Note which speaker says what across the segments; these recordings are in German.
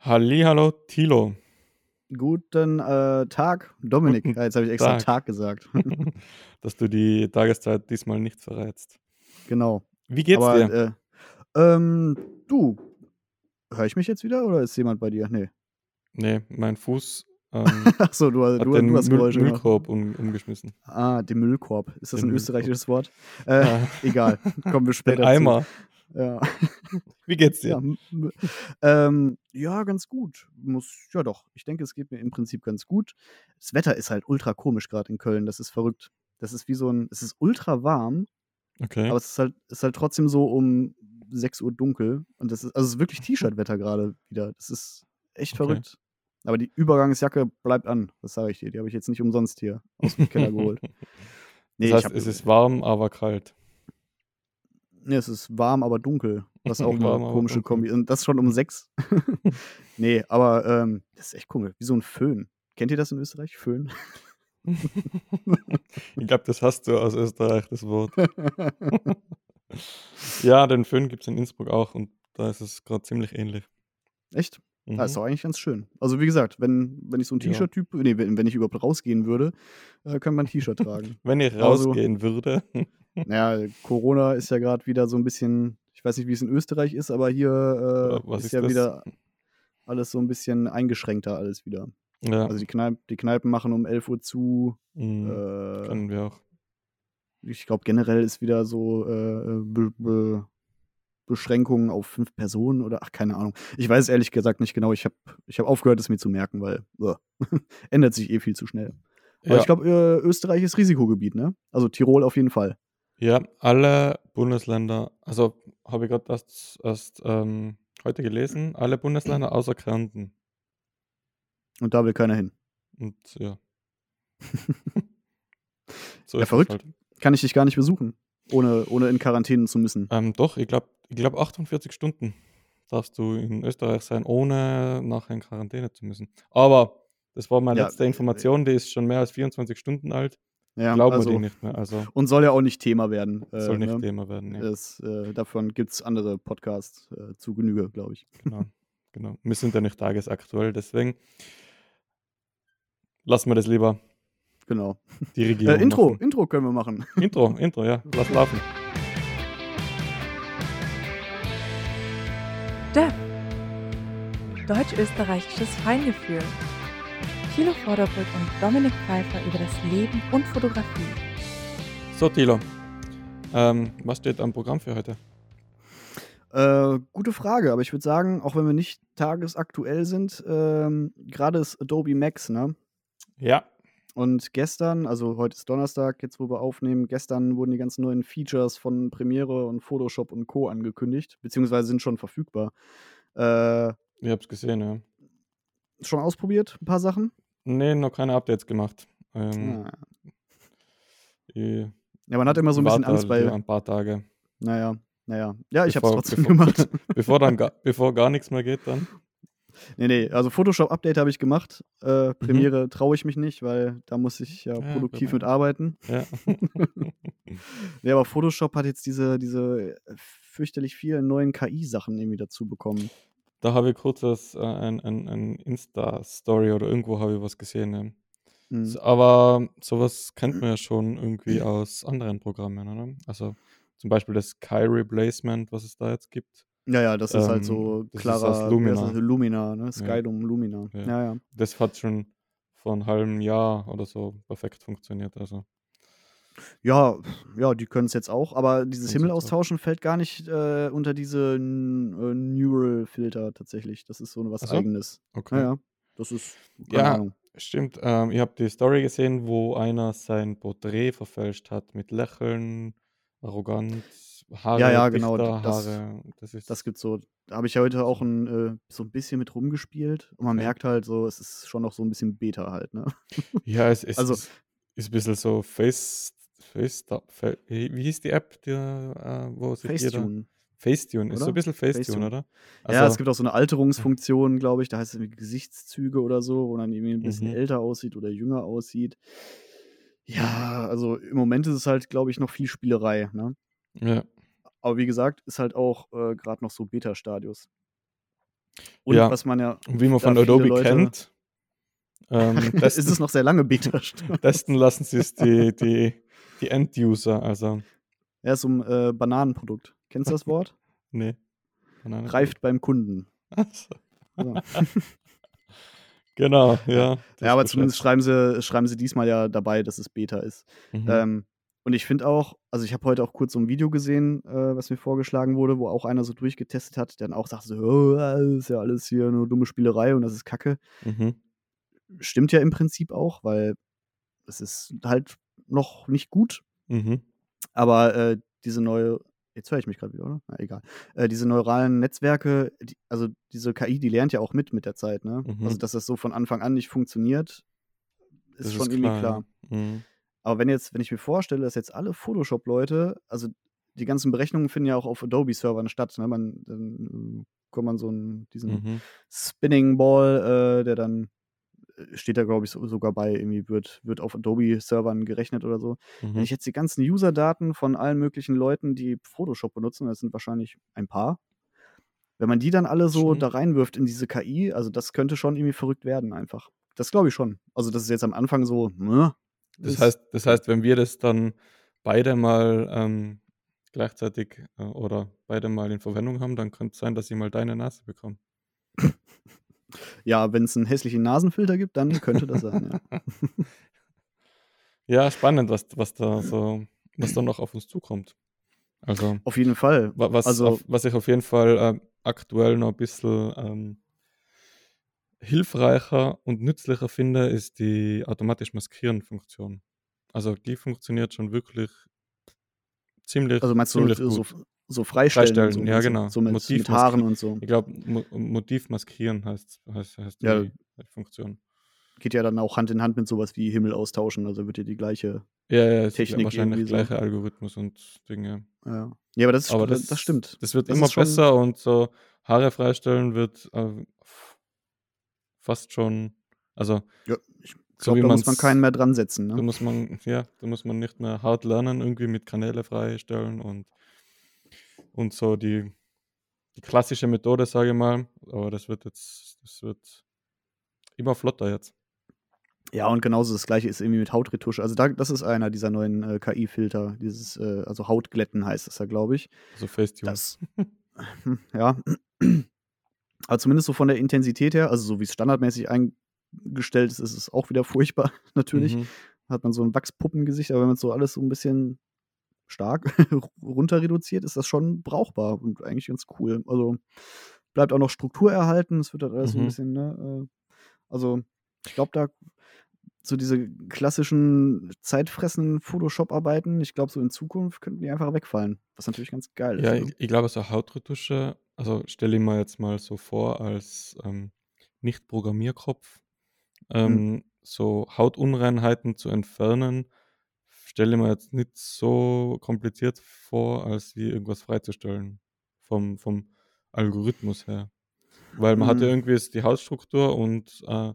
Speaker 1: Hallihallo, Tilo.
Speaker 2: Guten äh, Tag, Dominik.
Speaker 1: Guten
Speaker 2: Ah, jetzt habe ich extra
Speaker 1: Tag.
Speaker 2: Tag gesagt.
Speaker 1: Dass du die Tageszeit diesmal nicht verrätst.
Speaker 2: genau.
Speaker 1: Wie geht's
Speaker 2: Aber
Speaker 1: dir?
Speaker 2: äh, ähm, du, höre ich mich jetzt wieder oder ist jemand bei dir? Nee.
Speaker 1: Nee, mein Fuß ähm,
Speaker 2: Achso, du,
Speaker 1: hat
Speaker 2: du,
Speaker 1: den
Speaker 2: du hast
Speaker 1: Müll
Speaker 2: Geräusche gemacht.
Speaker 1: Müllkorb um, umgeschmissen.
Speaker 2: Ah, den Müllkorb. Ist das
Speaker 1: Den
Speaker 2: ein
Speaker 1: Müllkorb.
Speaker 2: österreichisches Wort? Äh,
Speaker 1: Äh,
Speaker 2: egal, kommen
Speaker 1: den
Speaker 2: wir später zu.
Speaker 1: Eimer.
Speaker 2: Ja,
Speaker 1: Wie geht's dir?
Speaker 2: ja, m- m- ähm, ja, ganz gut. Muss, ja doch. Ich denke, es geht mir im Prinzip ganz gut. Das Wetter ist halt ultra komisch gerade in Köln. Das ist verrückt. Das ist wie so ein, es ist ultra warm,
Speaker 1: Okay.
Speaker 2: Aber es ist halt, ist halt trotzdem so um 6 Uhr dunkel. Und das ist, also es ist wirklich T-Shirt-Wetter gerade wieder. Das ist echt
Speaker 1: Mhm. Okay.
Speaker 2: verrückt. Aber die Übergangsjacke bleibt an, das sage ich dir. Die habe ich jetzt nicht umsonst hier aus dem Keller geholt.
Speaker 1: Das
Speaker 2: Nee, ich
Speaker 1: heißt, es
Speaker 2: habe,
Speaker 1: ist warm, aber kalt.
Speaker 2: nee, es ist warm, aber dunkel. Was auch eine
Speaker 1: Warm, aber
Speaker 2: komische
Speaker 1: dunkel.
Speaker 2: Kombi. Und das schon um 6. nee, aber ähm, das ist echt komisch. Wie so ein Föhn. Kennt ihr das in Österreich? Föhn?
Speaker 1: ich glaube, das hast du aus Österreich, das Wort. ja, den Föhn gibt's in Innsbruck auch und da ist es gerade ziemlich ähnlich.
Speaker 2: Echt? Ah, ist
Speaker 1: Mhm.
Speaker 2: doch eigentlich ganz schön. Also wie gesagt, wenn, wenn ich so ein
Speaker 1: Ja.
Speaker 2: T-Shirt-Typ, nee, wenn, wenn ich überhaupt rausgehen würde, äh, könnte man ein T-Shirt tragen.
Speaker 1: Wenn ich
Speaker 2: Aber so,
Speaker 1: rausgehen würde.
Speaker 2: naja, Corona ist ja gerade wieder so ein bisschen, ich weiß nicht, wie es in Österreich ist, aber hier äh,
Speaker 1: Was
Speaker 2: ist
Speaker 1: ist
Speaker 2: ja
Speaker 1: das?
Speaker 2: wieder alles so ein bisschen eingeschränkter alles wieder.
Speaker 1: Ja,
Speaker 2: Also die, Kneip die Kneipen machen um 11 Uhr zu.
Speaker 1: mhm.
Speaker 2: Äh,
Speaker 1: können wir auch.
Speaker 2: ich glaube, generell ist wieder so äh, be be Beschränkungen auf fünf Personen oder ach, keine Ahnung. Ich weiß ehrlich gesagt nicht genau. Ich habe ich hab aufgehört, es mir zu merken, weil äh, ändert sich eh viel zu schnell. Aber ich
Speaker 1: Ja,
Speaker 2: glaube, äh, Österreich ist Risikogebiet, ne? Also Tirol auf jeden Fall.
Speaker 1: ja, alle Bundesländer, also habe ich gerade erst, erst ähm, heute gelesen, alle Bundesländer außer Kärnten.
Speaker 2: Und da will keiner hin.
Speaker 1: Und ja, so
Speaker 2: Ja,
Speaker 1: ist das
Speaker 2: verrückt.
Speaker 1: halt.
Speaker 2: Kann ich dich gar nicht besuchen, ohne, ohne in Quarantäne zu müssen.
Speaker 1: Ähm, doch, ich glaube, ich glaub 48 Stunden darfst du in Österreich sein, ohne nachher in Quarantäne zu müssen. Aber das war meine
Speaker 2: Ja,
Speaker 1: letzte
Speaker 2: äh,
Speaker 1: Information, die ist schon mehr als 24 Stunden alt.
Speaker 2: ja,
Speaker 1: Glauben wir die
Speaker 2: also.
Speaker 1: nicht mehr, also
Speaker 2: Und soll ja auch nicht Thema werden. Äh,
Speaker 1: soll nicht
Speaker 2: ne?
Speaker 1: Thema werden, ne?
Speaker 2: es, äh, davon gibt es andere Podcasts äh, zu Genüge, glaube ich.
Speaker 1: Genau, genau. Wir sind ja nicht tagesaktuell, deswegen lassen wir das lieber
Speaker 2: Genau.
Speaker 1: die
Speaker 2: Äh,
Speaker 1: Regierung
Speaker 2: Intro,
Speaker 1: machen.
Speaker 2: Intro können wir machen.
Speaker 1: Intro, Intro, ja, lass laufen.
Speaker 3: Döpp, deutsch-österreichisches Feingefühl. Thilo Vorderbrück und Dominik Pfeiffer über das Leben und Fotografie.
Speaker 1: So, Thilo, ähm, was steht am Programm für heute?
Speaker 2: Äh, gute Frage, aber ich würde sagen, auch wenn wir nicht tagesaktuell sind, ähm, gerade ist Adobe Max, ne?
Speaker 1: Ja.
Speaker 2: Und gestern, also heute ist Donnerstag, jetzt wo wir aufnehmen, gestern wurden die ganzen neuen Features von Premiere und Photoshop und Co. angekündigt, beziehungsweise sind schon verfügbar. Äh,
Speaker 1: Ich hab's gesehen, ja.
Speaker 2: schon ausprobiert, ein paar Sachen?
Speaker 1: Nee, noch keine Updates gemacht. Ähm,
Speaker 2: Ja.
Speaker 1: ich
Speaker 2: Ja, man hat immer so ein bisschen
Speaker 1: warte
Speaker 2: Angst
Speaker 1: lieber
Speaker 2: bei,
Speaker 1: ein paar Tage,
Speaker 2: naja, naja. Ja, ich habe
Speaker 1: bevor,
Speaker 2: es
Speaker 1: bevor,
Speaker 2: trotzdem gemacht.
Speaker 1: bevor, dann ga, bevor gar nichts mehr geht dann.
Speaker 2: Nee, nee, also Photoshop-Update habe ich gemacht. Äh,
Speaker 1: Mhm.
Speaker 2: Premiere traue ich mich nicht, weil da muss ich ja
Speaker 1: Ja,
Speaker 2: produktiv mit
Speaker 1: Premiere.
Speaker 2: arbeiten.
Speaker 1: Ja.
Speaker 2: Nee, aber Photoshop hat jetzt diese, diese äh, fürchterlich vielen neuen KI-Sachen irgendwie dazu bekommen.
Speaker 1: Da habe ich kurz das, äh, ein, ein, ein Insta-Story oder irgendwo habe ich was gesehen. Ja.
Speaker 2: Mhm.
Speaker 1: S- Aber sowas kennt man ja schon irgendwie aus anderen Programmen, oder? Also zum Beispiel das Kai Replacement, was es da jetzt gibt.
Speaker 2: Ja, ja, das ist halt
Speaker 1: Ähm,
Speaker 2: so
Speaker 1: das ist aus
Speaker 2: klarer, wie heißt das,
Speaker 1: Lumina.
Speaker 2: Lumina, ne?
Speaker 1: Ja,
Speaker 2: Skydome, Lumina.
Speaker 1: ja.
Speaker 2: Ja, ja.
Speaker 1: Das hat schon vor einem halben Jahr oder so perfekt funktioniert. Also
Speaker 2: Ja, ja, die können es jetzt auch, aber dieses
Speaker 1: können sie
Speaker 2: Himmel
Speaker 1: jetzt auch.
Speaker 2: austauschen fällt gar nicht äh, unter diese n- äh, Neural-Filter tatsächlich. Das ist so was
Speaker 1: Achso?
Speaker 2: Eigenes.
Speaker 1: Okay.
Speaker 2: Naja, das ist, keine
Speaker 1: Ja,
Speaker 2: Ahnung.
Speaker 1: stimmt. Ähm, ich habe die Story gesehen, wo einer sein Porträt verfälscht hat mit Lächeln, Arroganz,
Speaker 2: Ja,
Speaker 1: Haare,
Speaker 2: ja, genau, d-
Speaker 1: dichter
Speaker 2: das,
Speaker 1: Haare. Das
Speaker 2: das
Speaker 1: ist
Speaker 2: gibt's so. Da habe ich ja heute auch
Speaker 1: so.
Speaker 2: ein, äh, so ein bisschen mit rumgespielt und man
Speaker 1: Okay.
Speaker 2: merkt halt so, es ist schon noch so ein bisschen Beta halt, ne?
Speaker 1: Ja, es, es,
Speaker 2: Also,
Speaker 1: es ist ein bisschen so Face. FaceTap, Fa- wie wie hieß die App, die, äh, wo sich jeder.
Speaker 2: Facetune,
Speaker 1: Facetune, ist so ein
Speaker 2: oder?
Speaker 1: bisschen Facetune,
Speaker 2: Facetune.
Speaker 1: oder?
Speaker 2: Ja, es
Speaker 1: Also,
Speaker 2: gibt auch so eine
Speaker 1: ja.
Speaker 2: Alterungsfunktion, glaube ich. Da heißt es irgendwie Gesichtszüge oder so, wo dann irgendwie ein bisschen
Speaker 1: mhm.
Speaker 2: älter aussieht oder jünger aussieht. Ja, also im Moment ist es halt, glaube ich, noch viel Spielerei. Ne?
Speaker 1: ja.
Speaker 2: Aber wie gesagt, ist halt auch äh, gerade noch so Beta-Stadius. Und
Speaker 1: Ja.
Speaker 2: was man ja.
Speaker 1: Und wie man von
Speaker 2: Da viele
Speaker 1: Adobe
Speaker 2: Leute-
Speaker 1: kennt, ähm,
Speaker 2: Das ist
Speaker 1: testen,
Speaker 2: es noch sehr lange Beta.
Speaker 1: testen lassen sie es die, die, die End-User, also
Speaker 2: Er ist um äh, Bananenprodukt. Kennst du das Wort?
Speaker 1: nee. Banane-
Speaker 2: Reift beim Kunden.
Speaker 1: Also,
Speaker 2: Ja,
Speaker 1: genau, ja. das
Speaker 2: ja aber
Speaker 1: beschreibt-
Speaker 2: zumindest schreiben sie, schreiben sie diesmal ja dabei, dass es Beta ist.
Speaker 1: Mhm.
Speaker 2: Ähm, und ich finde auch, also ich habe heute auch kurz so ein Video gesehen, äh, was mir vorgeschlagen wurde, wo auch einer so durchgetestet hat, der dann auch sagte so, "Oh, das ist ja alles hier nur dumme Spielerei und das ist Kacke.
Speaker 1: mhm.
Speaker 2: Stimmt ja im Prinzip auch, weil es ist halt noch nicht gut,
Speaker 1: Mhm.
Speaker 2: aber äh, diese neue, jetzt höre ich mich gerade wieder, oder? Na, egal. Äh, diese neuralen Netzwerke, die, also diese KI, die lernt ja auch mit mit der Zeit, ne?
Speaker 1: Mhm.
Speaker 2: Also dass das so von Anfang an nicht funktioniert, ist
Speaker 1: Das
Speaker 2: schon irgendwie klar.
Speaker 1: ja. Mhm.
Speaker 2: Aber wenn jetzt, wenn ich mir vorstelle, dass jetzt alle Photoshop-Leute, also die ganzen Berechnungen finden ja auch auf Adobe-Servern statt. Ne? Man, dann äh, kann man so einen, diesen
Speaker 1: Mhm.
Speaker 2: Spinning Ball, äh, der dann äh, steht da, glaube ich, so, sogar bei, irgendwie wird, wird auf Adobe-Servern gerechnet oder so.
Speaker 1: Mhm.
Speaker 2: Wenn ich jetzt die ganzen User-Daten von allen möglichen Leuten, die Photoshop benutzen, das sind wahrscheinlich ein paar, wenn man die dann alle so
Speaker 1: Schon.
Speaker 2: da reinwirft in diese KI, also das könnte schon irgendwie verrückt werden einfach. Das glaube ich schon. Also das ist jetzt am Anfang so, ne?
Speaker 1: Das
Speaker 2: ist-
Speaker 1: heißt, das heißt, wenn wir das dann beide mal ähm, gleichzeitig äh, oder beide mal in Verwendung haben, dann könnte es sein, dass ich mal deine Nase bekomme.
Speaker 2: Ja, wenn es einen hässlichen Nasenfilter gibt, dann könnte das sein. Ja.
Speaker 1: Ja, spannend, was, was da so, was da noch auf uns zukommt. Also,
Speaker 2: Auf jeden Fall.
Speaker 1: wa- was,
Speaker 2: Also-
Speaker 1: auf, was ich auf jeden Fall ähm, aktuell noch ein bisschen ähm, hilfreicher und nützlicher finde, ist die automatisch maskieren Funktion. Also die funktioniert schon wirklich ziemlich
Speaker 2: Also meinst du
Speaker 1: ziemlich
Speaker 2: so, so,
Speaker 1: gut.
Speaker 2: so freistellen?
Speaker 1: Freistellen,
Speaker 2: und so,
Speaker 1: ja,
Speaker 2: meinst du?
Speaker 1: genau.
Speaker 2: So mit,
Speaker 1: Motiv
Speaker 2: mit Haaren und so.
Speaker 1: Ich glaube, Mo Motiv maskieren heißt, heißt, heißt
Speaker 2: Ja.
Speaker 1: die Funktion.
Speaker 2: Geht ja dann auch Hand in Hand mit sowas wie Himmel austauschen. Also wird dir die gleiche.
Speaker 1: Ja, ja, es
Speaker 2: Technik
Speaker 1: ist wahrscheinlich
Speaker 2: irgendwie so.
Speaker 1: gleicher Algorithmus und Dinge.
Speaker 2: Ja, ja aber, das,
Speaker 1: Aber
Speaker 2: das,
Speaker 1: das,
Speaker 2: das stimmt.
Speaker 1: Das wird
Speaker 2: Das
Speaker 1: immer
Speaker 2: ist schon-
Speaker 1: besser und so Haare freistellen wird äh, f- fast schon, also
Speaker 2: Ja, ich
Speaker 1: so
Speaker 2: glaube,
Speaker 1: wie
Speaker 2: da muss
Speaker 1: man's- genau.
Speaker 2: man keinen mehr dran setzen.
Speaker 1: da
Speaker 2: Ne?
Speaker 1: muss man, ja, da muss man nicht mehr hart lernen, irgendwie mit Kanäle freistellen und, und so die, die klassische Methode, sage ich mal. Aber das wird jetzt, das wird immer flotter jetzt.
Speaker 2: Ja, und genauso das gleiche ist irgendwie mit Hautretusche. Also da, das ist einer dieser neuen äh, KI-Filter. Dieses, äh, also Hautglätten heißt das da, glaube ich.
Speaker 1: Also Facetune.
Speaker 2: Das, Hm, ja. Aber zumindest so von der Intensität her, also so wie es standardmäßig eingestellt ist, ist es auch wieder furchtbar, natürlich.
Speaker 1: Mhm.
Speaker 2: Hat man so ein Wachspuppengesicht, aber wenn man so alles so ein bisschen stark runter reduziert, ist das schon brauchbar und eigentlich ganz cool. Also bleibt auch noch Struktur erhalten, es wird halt alles so ein
Speaker 1: Mhm.
Speaker 2: bisschen, ne? äh, Also ich glaube, da so diese klassischen zeitfressenden Photoshop-Arbeiten, ich glaube, so in Zukunft könnten die einfach wegfallen, was natürlich ganz geil ist.
Speaker 1: Ja,
Speaker 2: ne?
Speaker 1: ich, ich glaube, so Hautretusche, also stelle ich mir jetzt mal so vor, als ähm, Nicht-Programmierkopf,
Speaker 2: Mhm.
Speaker 1: ähm, so Hautunreinheiten zu entfernen, stelle ich mir jetzt nicht so kompliziert vor, als wie irgendwas freizustellen vom, vom Algorithmus her. Weil man hat ja
Speaker 2: Mhm.
Speaker 1: irgendwie jetzt die Hautstruktur und äh,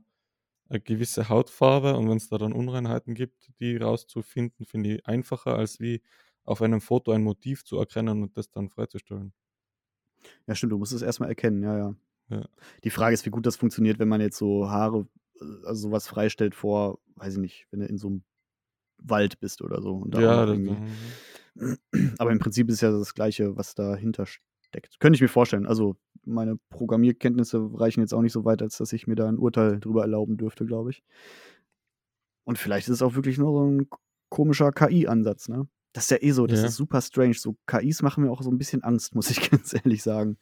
Speaker 1: eine gewisse Hautfarbe und wenn es da dann Unreinheiten gibt, die rauszufinden, finde ich einfacher, als wie auf einem Foto ein Motiv zu erkennen und das dann freizustellen.
Speaker 2: Ja, stimmt, du musst es erstmal erkennen, ja, ja,
Speaker 1: Ja.
Speaker 2: Die Frage ist, wie gut das funktioniert, wenn man jetzt so Haare, äh, also sowas freistellt vor, weiß ich nicht, wenn du in so einem Wald bist oder so. Und da
Speaker 1: ja,
Speaker 2: auch noch
Speaker 1: das, äh,
Speaker 2: irgendwie- aber im Prinzip ist ja das Gleiche, was dahinter steckt. Könnte ich mir vorstellen. Also meine Programmierkenntnisse reichen jetzt auch nicht so weit, als dass ich mir da ein Urteil drüber erlauben dürfte, glaube ich. Und vielleicht ist es auch wirklich nur so ein komischer KI-Ansatz, ne? Das ist ja eh so, das
Speaker 1: Ja.
Speaker 2: ist super strange. So KIs machen mir auch so ein bisschen Angst, muss ich ganz ehrlich sagen.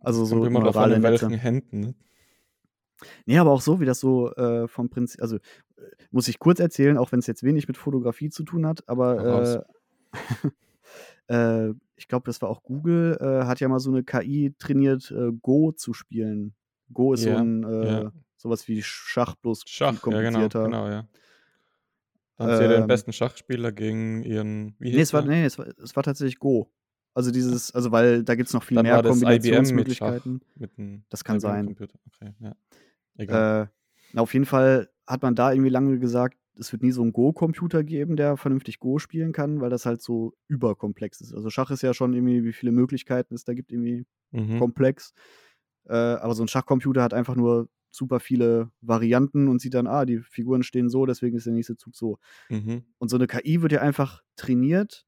Speaker 2: Also so
Speaker 1: kommt immer drauf an,
Speaker 2: neurale
Speaker 1: in
Speaker 2: Netze.
Speaker 1: welchen Händen. Ne?
Speaker 2: Nee, Ne, aber auch so, wie das so äh, vom Prinzip, also äh, muss ich kurz erzählen, auch wenn es jetzt wenig mit Fotografie zu tun hat,
Speaker 1: Hau
Speaker 2: aber äh, äh, ich glaube, das war auch Google, äh, hat ja mal so eine KI trainiert, äh, Go zu spielen. Go ist so
Speaker 1: Ja,
Speaker 2: ein, äh,
Speaker 1: ja.
Speaker 2: sowas wie Schach, bloß viel
Speaker 1: Schach, ja genau,
Speaker 2: komplizierter.
Speaker 1: genau, ja. Dann seht ihr den
Speaker 2: Ähm,
Speaker 1: besten Schachspieler gegen ihren, wie hieß
Speaker 2: Nee, Ne, es war,
Speaker 1: der?
Speaker 2: nee, es war, es war tatsächlich Go. Also dieses, also weil da gibt es noch viel
Speaker 1: dann
Speaker 2: mehr
Speaker 1: war das IBM mit Schach.
Speaker 2: Kombinationsmöglichkeiten.
Speaker 1: Mit dem
Speaker 2: Das kann sein.
Speaker 1: Computer. Okay, ja. Egal.
Speaker 2: Äh, na, auf jeden Fall hat man da irgendwie lange gesagt, es wird nie so einen Go-Computer geben, der vernünftig Go spielen kann, weil das halt so überkomplex ist. Also Schach ist ja schon irgendwie, wie viele Möglichkeiten es da gibt, irgendwie
Speaker 1: mhm.
Speaker 2: komplex. Äh, Äh, aber so ein Schachcomputer hat einfach nur super viele Varianten und sieht dann, ah, die Figuren stehen so, deswegen ist der nächste Zug so.
Speaker 1: Mhm.
Speaker 2: Und so eine KI wird ja einfach trainiert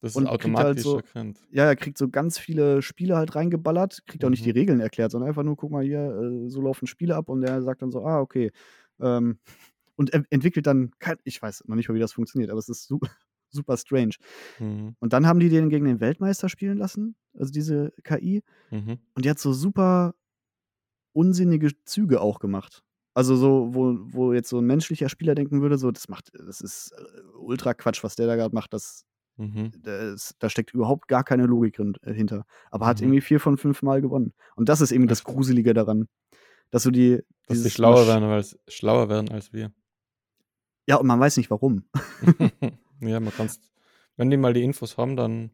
Speaker 1: Das
Speaker 2: Und
Speaker 1: ist
Speaker 2: kriegt halt
Speaker 1: automatisch
Speaker 2: so-
Speaker 1: erkannt.
Speaker 2: ja, er kriegt so ganz viele Spiele halt reingeballert, kriegt auch nicht
Speaker 1: Mhm.
Speaker 2: die Regeln erklärt, sondern einfach nur, guck mal hier, äh, so laufen Spiele ab und der sagt dann so, ah, okay. Ähm, und er entwickelt dann, kein, ich weiß noch nicht mal, wie das funktioniert, aber es ist super, super strange.
Speaker 1: Mhm.
Speaker 2: Und dann haben die den gegen den Weltmeister spielen lassen, also diese KI,
Speaker 1: Mhm.
Speaker 2: und die hat so super unsinnige Züge auch gemacht. Also so, wo, wo jetzt so ein menschlicher Spieler denken würde, so, das macht, das ist äh, ultra Quatsch, was der da gerade macht, das
Speaker 1: Mhm.
Speaker 2: da ist- da steckt überhaupt gar keine Logik drin, äh, hinter. Aber hat
Speaker 1: Mhm.
Speaker 2: irgendwie vier von fünf Mal gewonnen. Und das ist irgendwie das
Speaker 1: Ach so.
Speaker 2: Gruselige daran. Dass du die.
Speaker 1: Dass sie
Speaker 2: dieses-
Speaker 1: schlauer werden, als, schlauer werden als wir.
Speaker 2: Ja, und man weiß nicht warum.
Speaker 1: ja, man kann's. Wenn die mal die Infos haben, dann.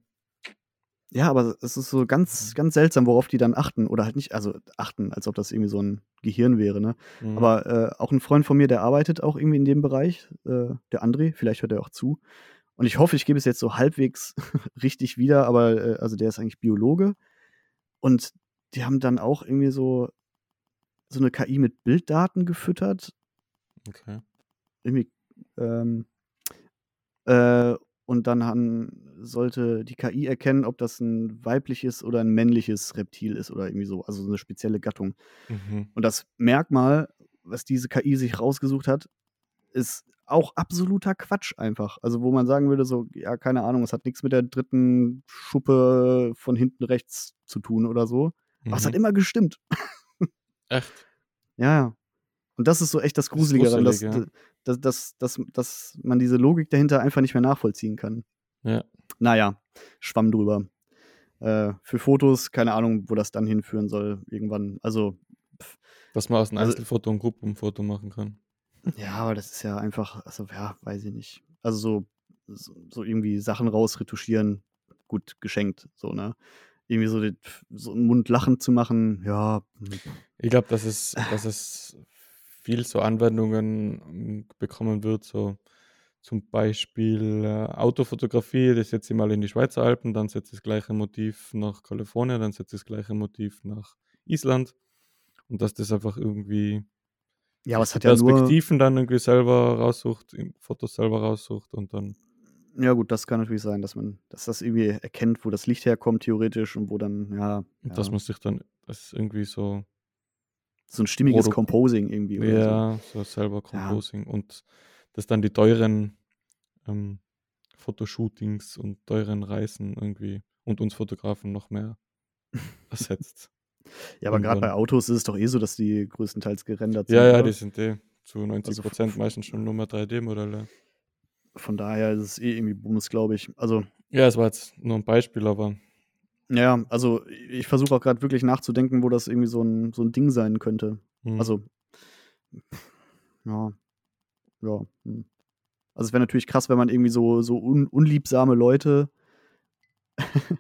Speaker 2: Ja, aber es ist so
Speaker 1: Mhm.
Speaker 2: ganz, ganz seltsam, worauf die dann achten. Oder halt nicht, also achten, als ob das irgendwie so ein Gehirn wäre, ne?
Speaker 1: Mhm.
Speaker 2: Aber äh, auch ein Freund von mir, der arbeitet auch irgendwie in dem Bereich, äh, der André, vielleicht hört er auch zu. Und ich hoffe, ich gebe es jetzt so halbwegs richtig wieder, aber äh, also der ist eigentlich Biologe. Und die haben dann auch irgendwie so, so eine KI mit Bilddaten gefüttert.
Speaker 1: Okay.
Speaker 2: Irgendwie, ähm, äh, und dann han, sollte die KI erkennen, ob das ein weibliches oder ein männliches Reptil ist oder irgendwie so, also so eine spezielle Gattung.
Speaker 1: Mhm.
Speaker 2: Und das Merkmal, was diese KI sich rausgesucht hat, ist auch absoluter Quatsch einfach. Also wo man sagen würde, so, ja, keine Ahnung, es hat nichts mit der dritten Schuppe von hinten rechts zu tun oder so.
Speaker 1: Mhm.
Speaker 2: Aber es hat immer gestimmt.
Speaker 1: Echt?
Speaker 2: Ja, ja. Und das ist so echt das
Speaker 1: ist
Speaker 2: Gruselige daran, dass,
Speaker 1: gruselig,
Speaker 2: dass, dass, dass, dass man diese Logik dahinter einfach nicht mehr nachvollziehen kann.
Speaker 1: Ja.
Speaker 2: Naja, schwamm drüber. Äh, für Fotos, keine Ahnung, wo das dann hinführen soll irgendwann. Also
Speaker 1: Dass man aus einem
Speaker 2: Also-
Speaker 1: Einzelfoto ein Gruppenfoto machen kann.
Speaker 2: Ja, aber das ist ja einfach, also ja, weiß ich nicht. Also so, so, so irgendwie Sachen rausretuschieren, gut geschenkt, so, ne? Irgendwie so, den, so einen Mund lachend zu machen, ja. hm.
Speaker 1: Ich glaube, dass es, dass es viel so Anwendungen ähm, bekommen wird, so zum Beispiel äh, Autofotografie, das setzt sie mal in die Schweizer Alpen, dann setzt das gleiche Motiv nach Kalifornien, dann setzt das gleiche Motiv nach Island und dass das einfach irgendwie
Speaker 2: Ja, aber es
Speaker 1: die
Speaker 2: hat ja nur.
Speaker 1: Perspektiven dann irgendwie selber raussucht, in- Fotos selber raussucht und dann
Speaker 2: Ja, gut, das kann natürlich sein, dass man, dass das irgendwie erkennt, wo das Licht herkommt, theoretisch, und wo dann, ja, ja
Speaker 1: dass man sich dann das ist irgendwie so
Speaker 2: so ein stimmiges
Speaker 1: Produ-
Speaker 2: Composing irgendwie. Oder so.
Speaker 1: Ja, so selber Composing und dass dann die teuren ähm, Fotoshootings und teuren Reisen irgendwie und uns Fotografen noch mehr ersetzt.
Speaker 2: Ja, aber gerade bei
Speaker 1: irgendwann.
Speaker 2: Autos ist es doch eh so, dass die größtenteils gerendert sind.
Speaker 1: ja, ja,
Speaker 2: oder?
Speaker 1: die sind eh zu 90 Prozent
Speaker 2: f-
Speaker 1: meistens schon nur mehr 3D-Modelle.
Speaker 2: Von daher ist es eh irgendwie Bums, glaube ich. Also,
Speaker 1: Ja, es war jetzt nur ein Beispiel, aber
Speaker 2: Ja, also ich versuche auch gerade wirklich nachzudenken, wo das irgendwie so ein, so ein Ding sein könnte.
Speaker 1: hm,
Speaker 2: Also, pff, ja, ja. hm. Also es wäre natürlich krass, wenn man irgendwie so, so un, unliebsame Leute,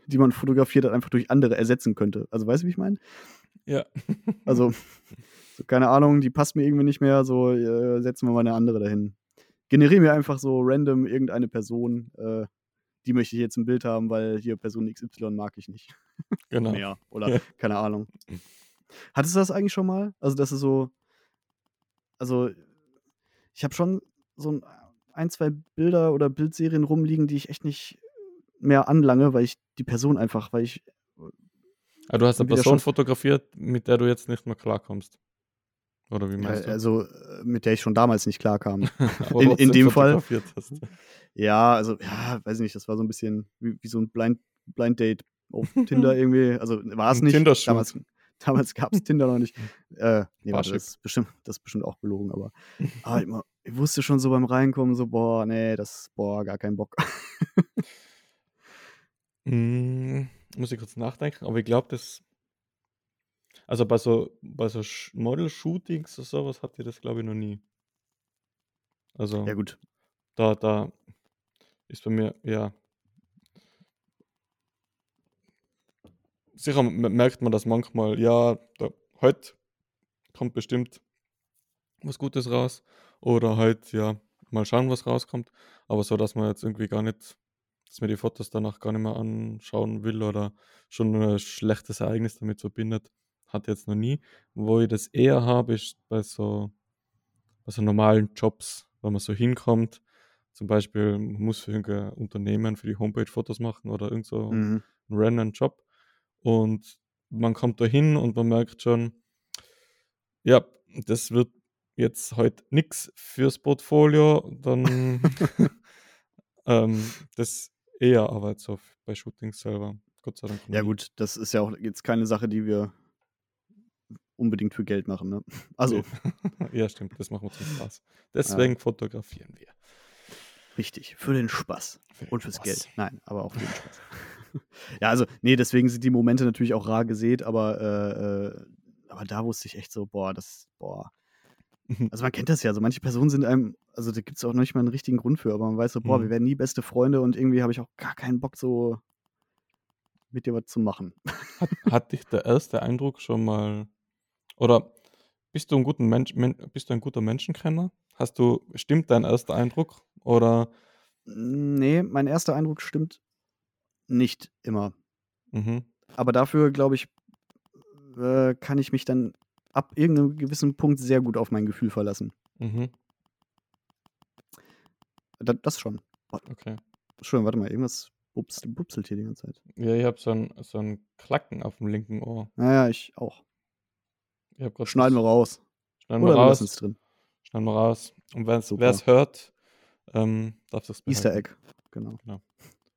Speaker 2: die man fotografiert hat, einfach durch andere ersetzen könnte. Also weißt du, wie ich meine?
Speaker 1: ja,
Speaker 2: Also, so, keine Ahnung, die passt mir irgendwie nicht mehr, so äh, setzen wir mal eine andere dahin. Generieren wir einfach so random irgendeine Person, äh, die möchte ich jetzt im Bild haben, weil hier Person XY mag ich nicht
Speaker 1: genau.
Speaker 2: mehr oder keine Ahnung. Hattest du das eigentlich schon mal? Also, das ist so. Also, ich habe schon so ein, ein, zwei Bilder oder Bildserien rumliegen, die ich echt nicht mehr anlange, weil ich die Person einfach, weil ich.
Speaker 1: Aber Ah, du hast eine
Speaker 2: Wieder
Speaker 1: Person
Speaker 2: schon-
Speaker 1: fotografiert, mit der du jetzt nicht mehr klarkommst. Oder wie
Speaker 2: äh,
Speaker 1: meinst du?
Speaker 2: Also, äh, mit der ich schon damals nicht klarkam.
Speaker 1: Aber
Speaker 2: in- in
Speaker 1: trotzdem
Speaker 2: dem Fall-
Speaker 1: fotografiert hast.
Speaker 2: ja, also, ja, weiß ich nicht, das war so ein bisschen wie, wie so ein Blind, Blind Date auf Tinder irgendwie. Also, war es
Speaker 1: Ein
Speaker 2: nicht.
Speaker 1: Tinder-Shoot.
Speaker 2: Damals, damals gab es Tinder noch nicht. Äh, nee, warte,
Speaker 1: Parship.
Speaker 2: das, ist bestimmt, das ist bestimmt auch gelogen, aber. Aber ich, mo- ich wusste schon so beim Reinkommen, so, boah, nee, das, boah, gar kein Bock.
Speaker 1: Mm, muss ich kurz nachdenken, aber ich glaube, das. Also bei so, bei so Sch- Model-Shootings oder sowas habt ihr das, glaube ich, noch nie. Also
Speaker 2: Ja, gut.
Speaker 1: da, da ist bei mir, ja. Sicher m- merkt man das manchmal, ja, da, heute kommt bestimmt was Gutes raus. Oder halt, ja, mal schauen, was rauskommt. Aber so, dass man jetzt irgendwie gar nicht, dass man die Fotos danach gar nicht mehr anschauen will oder schon ein schlechtes Ereignis damit verbindet, hatte jetzt noch nie. Wo ich das eher habe, ist bei so, bei so normalen Jobs, wenn man so hinkommt. Zum Beispiel, man muss für irgendein Unternehmen für die Homepage Fotos machen oder irgend so
Speaker 2: Mhm.
Speaker 1: einen random Job. Und man kommt da hin und man merkt schon, ja, das wird jetzt heute nichts fürs Portfolio, dann ähm, das eher Arbeit so bei Shootings selber. Gott sei Dank.
Speaker 2: Ja,
Speaker 1: nie.
Speaker 2: gut, das ist ja auch jetzt keine Sache, die wir unbedingt für Geld machen. Ne? Also,
Speaker 1: ja, stimmt, das machen wir zum Spaß. Deswegen fotografieren wir.
Speaker 2: richtig, für den Spaß.
Speaker 1: Für
Speaker 2: Und fürs
Speaker 1: was.
Speaker 2: Geld. Nein, aber auch für den Spaß. ja, also, nee, deswegen sind die Momente natürlich auch rar gesät, aber, äh, äh, aber da wusste ich echt so, boah, das, boah. Also man kennt das ja, so manche Personen sind einem, also da gibt es auch noch nicht mal einen richtigen Grund für, aber man weiß so, boah,
Speaker 1: Mhm.
Speaker 2: wir werden nie beste Freunde und irgendwie habe ich auch gar keinen Bock, so mit dir was zu machen.
Speaker 1: Hat, hat dich der erste Eindruck schon mal oder bist du ein guten Mensch, men, bist du ein guter Menschenkenner? Hast du stimmt dein erster Eindruck oder
Speaker 2: Nee, mein erster Eindruck stimmt nicht immer.
Speaker 1: mhm,
Speaker 2: Aber dafür, glaube ich, äh, kann ich mich dann ab irgendeinem gewissen Punkt sehr gut auf mein Gefühl verlassen.
Speaker 1: mhm,
Speaker 2: Da, das schon.
Speaker 1: okay.
Speaker 2: Schön, warte mal, irgendwas bups, bupselt hier die ganze Zeit.
Speaker 1: Ja, ich habe so ein so ein Klacken auf dem linken Ohr.
Speaker 2: Naja, ich auch.
Speaker 1: Ich hab grad
Speaker 2: Schneiden wir
Speaker 1: das-
Speaker 2: raus.
Speaker 1: Schneiden wir
Speaker 2: Oder wir lassen es
Speaker 1: raus.
Speaker 2: drin.
Speaker 1: Schneiden wir raus. Und
Speaker 2: Super.
Speaker 1: wer es hört, ähm, darf das
Speaker 2: Easter Egg. Genau.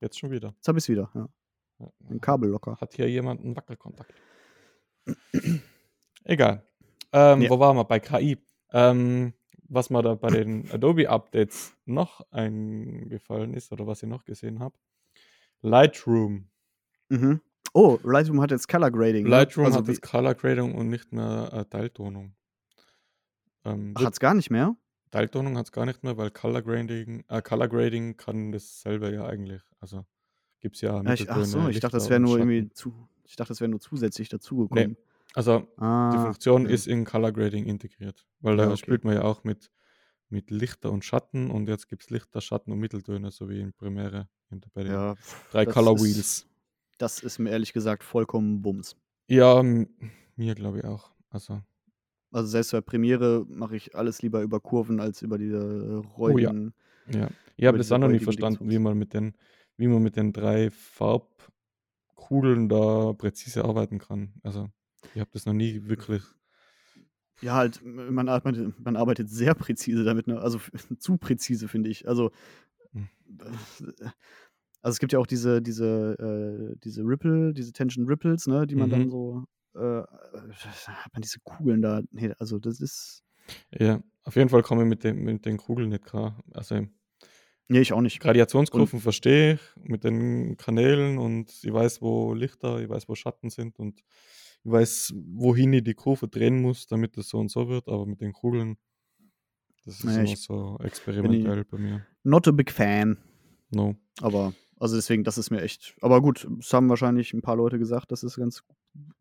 Speaker 1: Jetzt schon wieder.
Speaker 2: Jetzt habe ich es wieder. Ja.
Speaker 1: Ja.
Speaker 2: Ein Kabel locker.
Speaker 1: Hat hier jemand einen Wackelkontakt? Egal. Ähm,
Speaker 2: Ja.
Speaker 1: Wo waren wir? Bei KI. Ähm, was mir da bei den Adobe-Updates noch eingefallen ist oder was ich noch gesehen habe. Lightroom.
Speaker 2: Mhm. Oh, Lightroom hat jetzt Color Grading. ne?
Speaker 1: Lightroom
Speaker 2: also
Speaker 1: hat jetzt Color Grading und nicht mehr äh, Teiltonung. Ähm,
Speaker 2: Ah, Hat es gar nicht mehr?
Speaker 1: Teiltonung hat es gar nicht mehr, weil Color Grading, äh, Color Grading kann dasselbe ja eigentlich. Also gibt es ja
Speaker 2: Ja, ich, ach so,
Speaker 1: Mitteltöne,
Speaker 2: ich dachte, das
Speaker 1: Lichter
Speaker 2: wäre
Speaker 1: und
Speaker 2: nur
Speaker 1: Schatten.
Speaker 2: irgendwie zu. Ich dachte, das wäre nur zusätzlich dazugekommen.
Speaker 1: Also
Speaker 2: Ah,
Speaker 1: Die Funktion
Speaker 2: ja.
Speaker 1: ist in Color Grading integriert, weil
Speaker 2: Ja,
Speaker 1: da
Speaker 2: okay.
Speaker 1: spielt man ja auch mit, mit Lichter und Schatten und jetzt gibt es Lichter, Schatten und Mitteltöne, so wie in Premiere in, bei den
Speaker 2: Ja, pff,
Speaker 1: drei
Speaker 2: das
Speaker 1: Color
Speaker 2: ist-
Speaker 1: Wheels.
Speaker 2: Das ist mir ehrlich gesagt vollkommen Bums.
Speaker 1: Ja, m- mir glaube ich auch. Also,
Speaker 2: Also selbst bei Premiere mache ich alles lieber über Kurven als über diese äh,
Speaker 1: Oh ja.
Speaker 2: räudigen.
Speaker 1: ja. Ich habe
Speaker 2: Über
Speaker 1: das
Speaker 2: diese
Speaker 1: auch noch nicht
Speaker 2: heutigen
Speaker 1: verstanden,
Speaker 2: Dingsbums.
Speaker 1: wie man mit den, wie man mit den drei Farbkugeln da präzise arbeiten kann. Also, ich habe das noch nie wirklich.
Speaker 2: Ja, halt, man arbeitet, man arbeitet sehr präzise damit, ne? also zu präzise, finde ich. Also, äh,
Speaker 1: Hm.
Speaker 2: also es gibt ja auch diese, diese, äh, diese Ripple, diese Tension Ripples, ne, die man
Speaker 1: Mhm.
Speaker 2: dann so, äh, hat man diese Kugeln da, nee, also das ist,
Speaker 1: Ja, auf jeden Fall komme ich mit, dem, mit den Kugeln nicht klar. Also,
Speaker 2: nee, ich auch nicht.
Speaker 1: Gradationskurven verstehe ich mit den Kanälen und ich weiß, wo Lichter, ich weiß, wo Schatten sind und ich weiß, wohin ich die Kurve drehen muss, damit das so und so wird, aber mit den Kugeln, das ist
Speaker 2: Naja,
Speaker 1: immer
Speaker 2: ich
Speaker 1: so experimentell bei mir.
Speaker 2: Not a big fan,
Speaker 1: No.
Speaker 2: aber, also deswegen, das ist mir echt, aber gut, es haben wahrscheinlich ein paar Leute gesagt, das ist ganz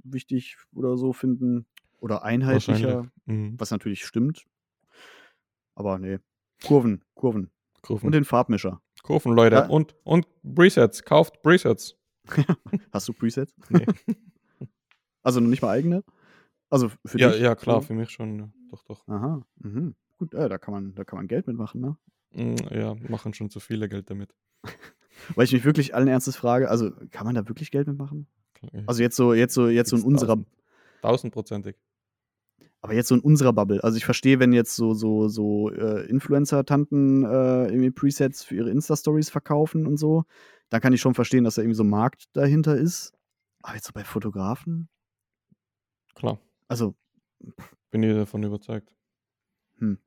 Speaker 2: wichtig oder so finden oder einheitlicher.
Speaker 1: Wahrscheinlich. Mhm.
Speaker 2: was natürlich stimmt. Aber nee. Kurven, Kurven. Und
Speaker 1: Kurven.
Speaker 2: den Farbmischer.
Speaker 1: Kurven, Leute.
Speaker 2: Ja.
Speaker 1: Und, und Presets. Kauft Presets.
Speaker 2: Hast du Presets?
Speaker 1: Nee.
Speaker 2: Also noch nicht mal eigene? Also für
Speaker 1: ja,
Speaker 2: dich?
Speaker 1: ja, klar,
Speaker 2: oder?
Speaker 1: für mich schon. ja. Doch, doch.
Speaker 2: Aha. Mhm. Gut, äh, da, kann man, da kann man Geld mitmachen, ne?
Speaker 1: Mm, Ja, machen schon zu viele Geld damit.
Speaker 2: Weil ich mich wirklich allen Ernstes frage, also kann man da wirklich Geld mitmachen?
Speaker 1: Klar,
Speaker 2: Also jetzt so, jetzt so, jetzt so in
Speaker 1: gibt's
Speaker 2: unserer,
Speaker 1: tausend- Tausendprozentig.
Speaker 2: aber jetzt so in unserer Bubble. Also ich verstehe, wenn jetzt so, so, so äh, Influencer-Tanten äh, irgendwie Presets für ihre Insta-Stories verkaufen und so, dann kann ich schon verstehen, dass da irgendwie so ein Markt dahinter ist. Aber jetzt so bei Fotografen?
Speaker 1: Klar.
Speaker 2: Also,
Speaker 1: Bin ich davon überzeugt.
Speaker 2: Hm.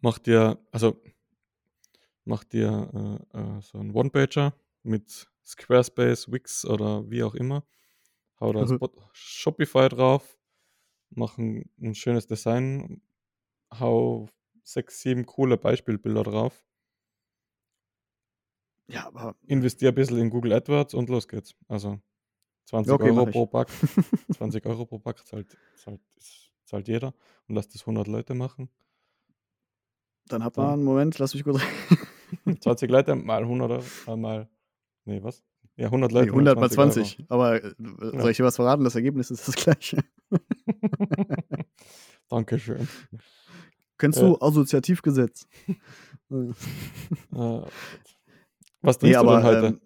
Speaker 1: Mach dir, also, mach dir äh, äh, so einen One-Pager mit Squarespace, Wix oder wie auch immer. Hau da
Speaker 2: Mhm.
Speaker 1: Spot Shopify drauf, mach ein, ein schönes Design, hau sechs, sieben coole Beispielbilder drauf,
Speaker 2: ja, aber
Speaker 1: investier ein bisschen in Google AdWords und los geht's. Also 20
Speaker 2: Ja, okay,
Speaker 1: Euro
Speaker 2: mach ich.
Speaker 1: pro Pack, 20 Euro pro Pack zahlt, zahlt, zahlt jeder und lass das 100 Leute machen.
Speaker 2: Dann hat
Speaker 1: Dann-
Speaker 2: man einen Moment, lass mich kurz.
Speaker 1: 20 Leute mal 100 Euro, äh, mal. Nee, was? Ja, 100
Speaker 2: Nee,
Speaker 1: Leute.
Speaker 2: 100 mal
Speaker 1: 120
Speaker 2: 20. Aber äh, soll ich dir was verraten? Das Ergebnis ist das gleiche.
Speaker 1: Euro. Dankeschön. Äh,
Speaker 2: Kennst
Speaker 1: Ja.
Speaker 2: du Assoziativgesetz? Äh,
Speaker 1: Äh, was denkst du denn heute?
Speaker 2: ähm,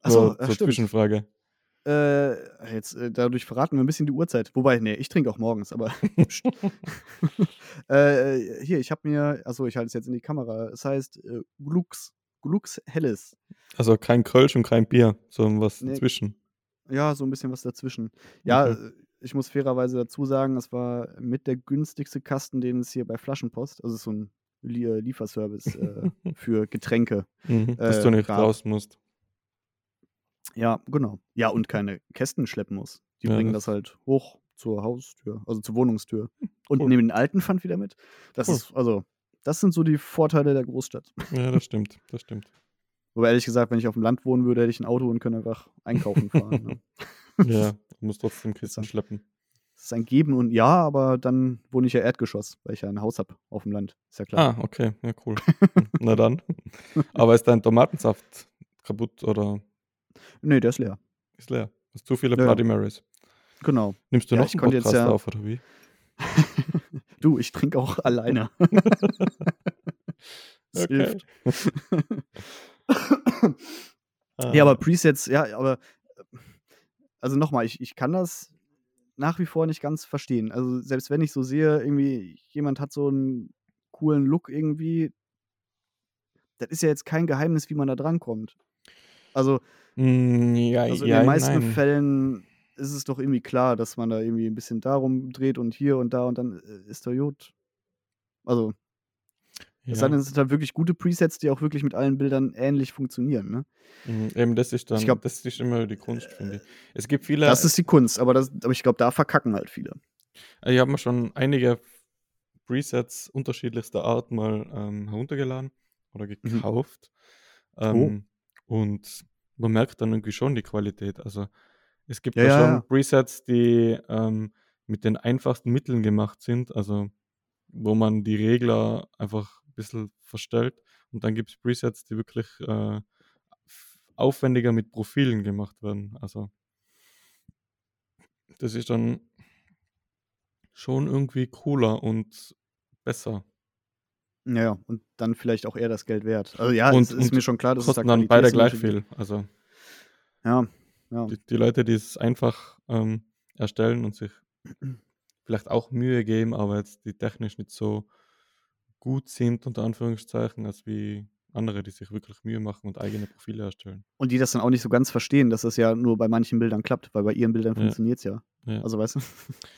Speaker 2: achso,
Speaker 1: Nur
Speaker 2: äh,
Speaker 1: zur
Speaker 2: stimmt.
Speaker 1: Zwischenfrage.
Speaker 2: Äh, jetzt, äh, dadurch verraten wir ein bisschen die Uhrzeit. Wobei, nee, ich trinke auch morgens, aber. äh, hier, ich habe mir, achso, ich halte es jetzt in die Kamera. Es heißt äh, Glux, Glux Helles.
Speaker 1: Also kein Kölsch und kein Bier, sondern was
Speaker 2: Nee.
Speaker 1: dazwischen.
Speaker 2: Ja, so ein bisschen was dazwischen. Ja,
Speaker 1: Okay.
Speaker 2: äh, ich muss fairerweise dazu sagen, das war mit der günstigste Kasten, den es hier bei Flaschenpost, also es ist so ein Lie äh, Lieferservice äh, für Getränke.
Speaker 1: Mhm, dass
Speaker 2: Äh,
Speaker 1: du nicht
Speaker 2: gab-
Speaker 1: raus musst.
Speaker 2: Ja, genau. Ja, und keine Kästen schleppen muss. Die
Speaker 1: Ja,
Speaker 2: bringen
Speaker 1: das- Hm,
Speaker 2: das halt hoch zur Haustür, also zur Wohnungstür. Und
Speaker 1: Cool.
Speaker 2: nehmen den alten Pfand wieder mit. Das
Speaker 1: Cool.
Speaker 2: ist, also, das sind so die Vorteile der Großstadt.
Speaker 1: Ja, das stimmt, das stimmt.
Speaker 2: Wobei ehrlich gesagt, wenn ich auf dem Land wohnen würde, hätte ich ein Auto und könnte einfach einkaufen fahren. ne?
Speaker 1: Ja, du musst trotzdem Kisten
Speaker 2: Interessant.
Speaker 1: schleppen.
Speaker 2: Das ist ein Geben und Ja, aber dann wohne ich ja Erdgeschoss, weil ich ja ein Haus habe auf dem Land. Ist ja klar.
Speaker 1: Ah, okay, ja, cool. Na dann. Aber ist dein Tomatensaft kaputt oder Ah.
Speaker 2: Nee, Ne, der ist leer.
Speaker 1: ist leer? Hast zu viele
Speaker 2: Ja, ja.
Speaker 1: Bloody Marys?
Speaker 2: Genau.
Speaker 1: Nimmst du
Speaker 2: Ja,
Speaker 1: noch
Speaker 2: ich
Speaker 1: einen
Speaker 2: konnte jetzt
Speaker 1: Podcast
Speaker 2: ja-
Speaker 1: auf oder wie?
Speaker 2: Du, ich trinke auch alleine. Das
Speaker 1: Okay.
Speaker 2: hilft. Ja,
Speaker 1: Ähm.
Speaker 2: aber Presets, ja, aber äh, also nochmal, ich, ich kann das nach wie vor nicht ganz verstehen. Also selbst wenn ich so sehe, irgendwie jemand hat so einen coolen Look irgendwie, das ist ja jetzt kein Geheimnis, wie man da drankommt. Also,
Speaker 1: Mm, ja,
Speaker 2: also in
Speaker 1: ja,
Speaker 2: den meisten
Speaker 1: nein.
Speaker 2: Fällen ist es doch irgendwie klar, dass man da irgendwie ein bisschen darum dreht und hier und da und dann äh, ist doch gut. Also, es sei
Speaker 1: Ja.
Speaker 2: denn, es sind halt wirklich gute Presets, die auch wirklich mit allen Bildern ähnlich funktionieren, ne?
Speaker 1: Mm, Eben, das ist dann,
Speaker 2: Ich glaub,
Speaker 1: das ist immer die Kunst, finde ich. Es gibt viele,
Speaker 2: Das ist die Kunst, aber, das, aber ich glaube, da verkacken halt viele.
Speaker 1: ich habe mir schon einige Presets unterschiedlichster Art mal ähm, heruntergeladen oder
Speaker 2: Mhm.
Speaker 1: gekauft.
Speaker 2: Oh.
Speaker 1: Ähm, Und man merkt dann irgendwie schon die Qualität. Also es gibt
Speaker 2: Ja,
Speaker 1: ja,
Speaker 2: ja,
Speaker 1: schon
Speaker 2: ja.
Speaker 1: Presets, die ähm, mit den einfachsten Mitteln gemacht sind, also wo man die Regler einfach ein bisschen verstellt. Und dann gibt es Presets, die wirklich äh, f- aufwendiger mit Profilen gemacht werden. Also das ist dann schon irgendwie cooler und besser.
Speaker 2: Ja, ja, und dann vielleicht auch eher das Geld wert. Also ja,
Speaker 1: Und-
Speaker 2: es ist
Speaker 1: und
Speaker 2: mir schon klar, dass es da
Speaker 1: Kosten dann beide gleich
Speaker 2: Qualitätsunterschiede
Speaker 1: viel. Also
Speaker 2: gibt. Ja, ja.
Speaker 1: die, die Leute, die es einfach ähm, erstellen und sich vielleicht auch Mühe geben, aber jetzt die technisch nicht so gut sind, unter Anführungszeichen, als wie andere, die sich wirklich Mühe machen und eigene Profile erstellen.
Speaker 2: Und die das dann auch nicht so ganz verstehen, dass das ja nur bei manchen Bildern klappt, weil bei ihren Bildern
Speaker 1: Ja.
Speaker 2: funktioniert es ja.
Speaker 1: Ja.
Speaker 2: Also weißt du?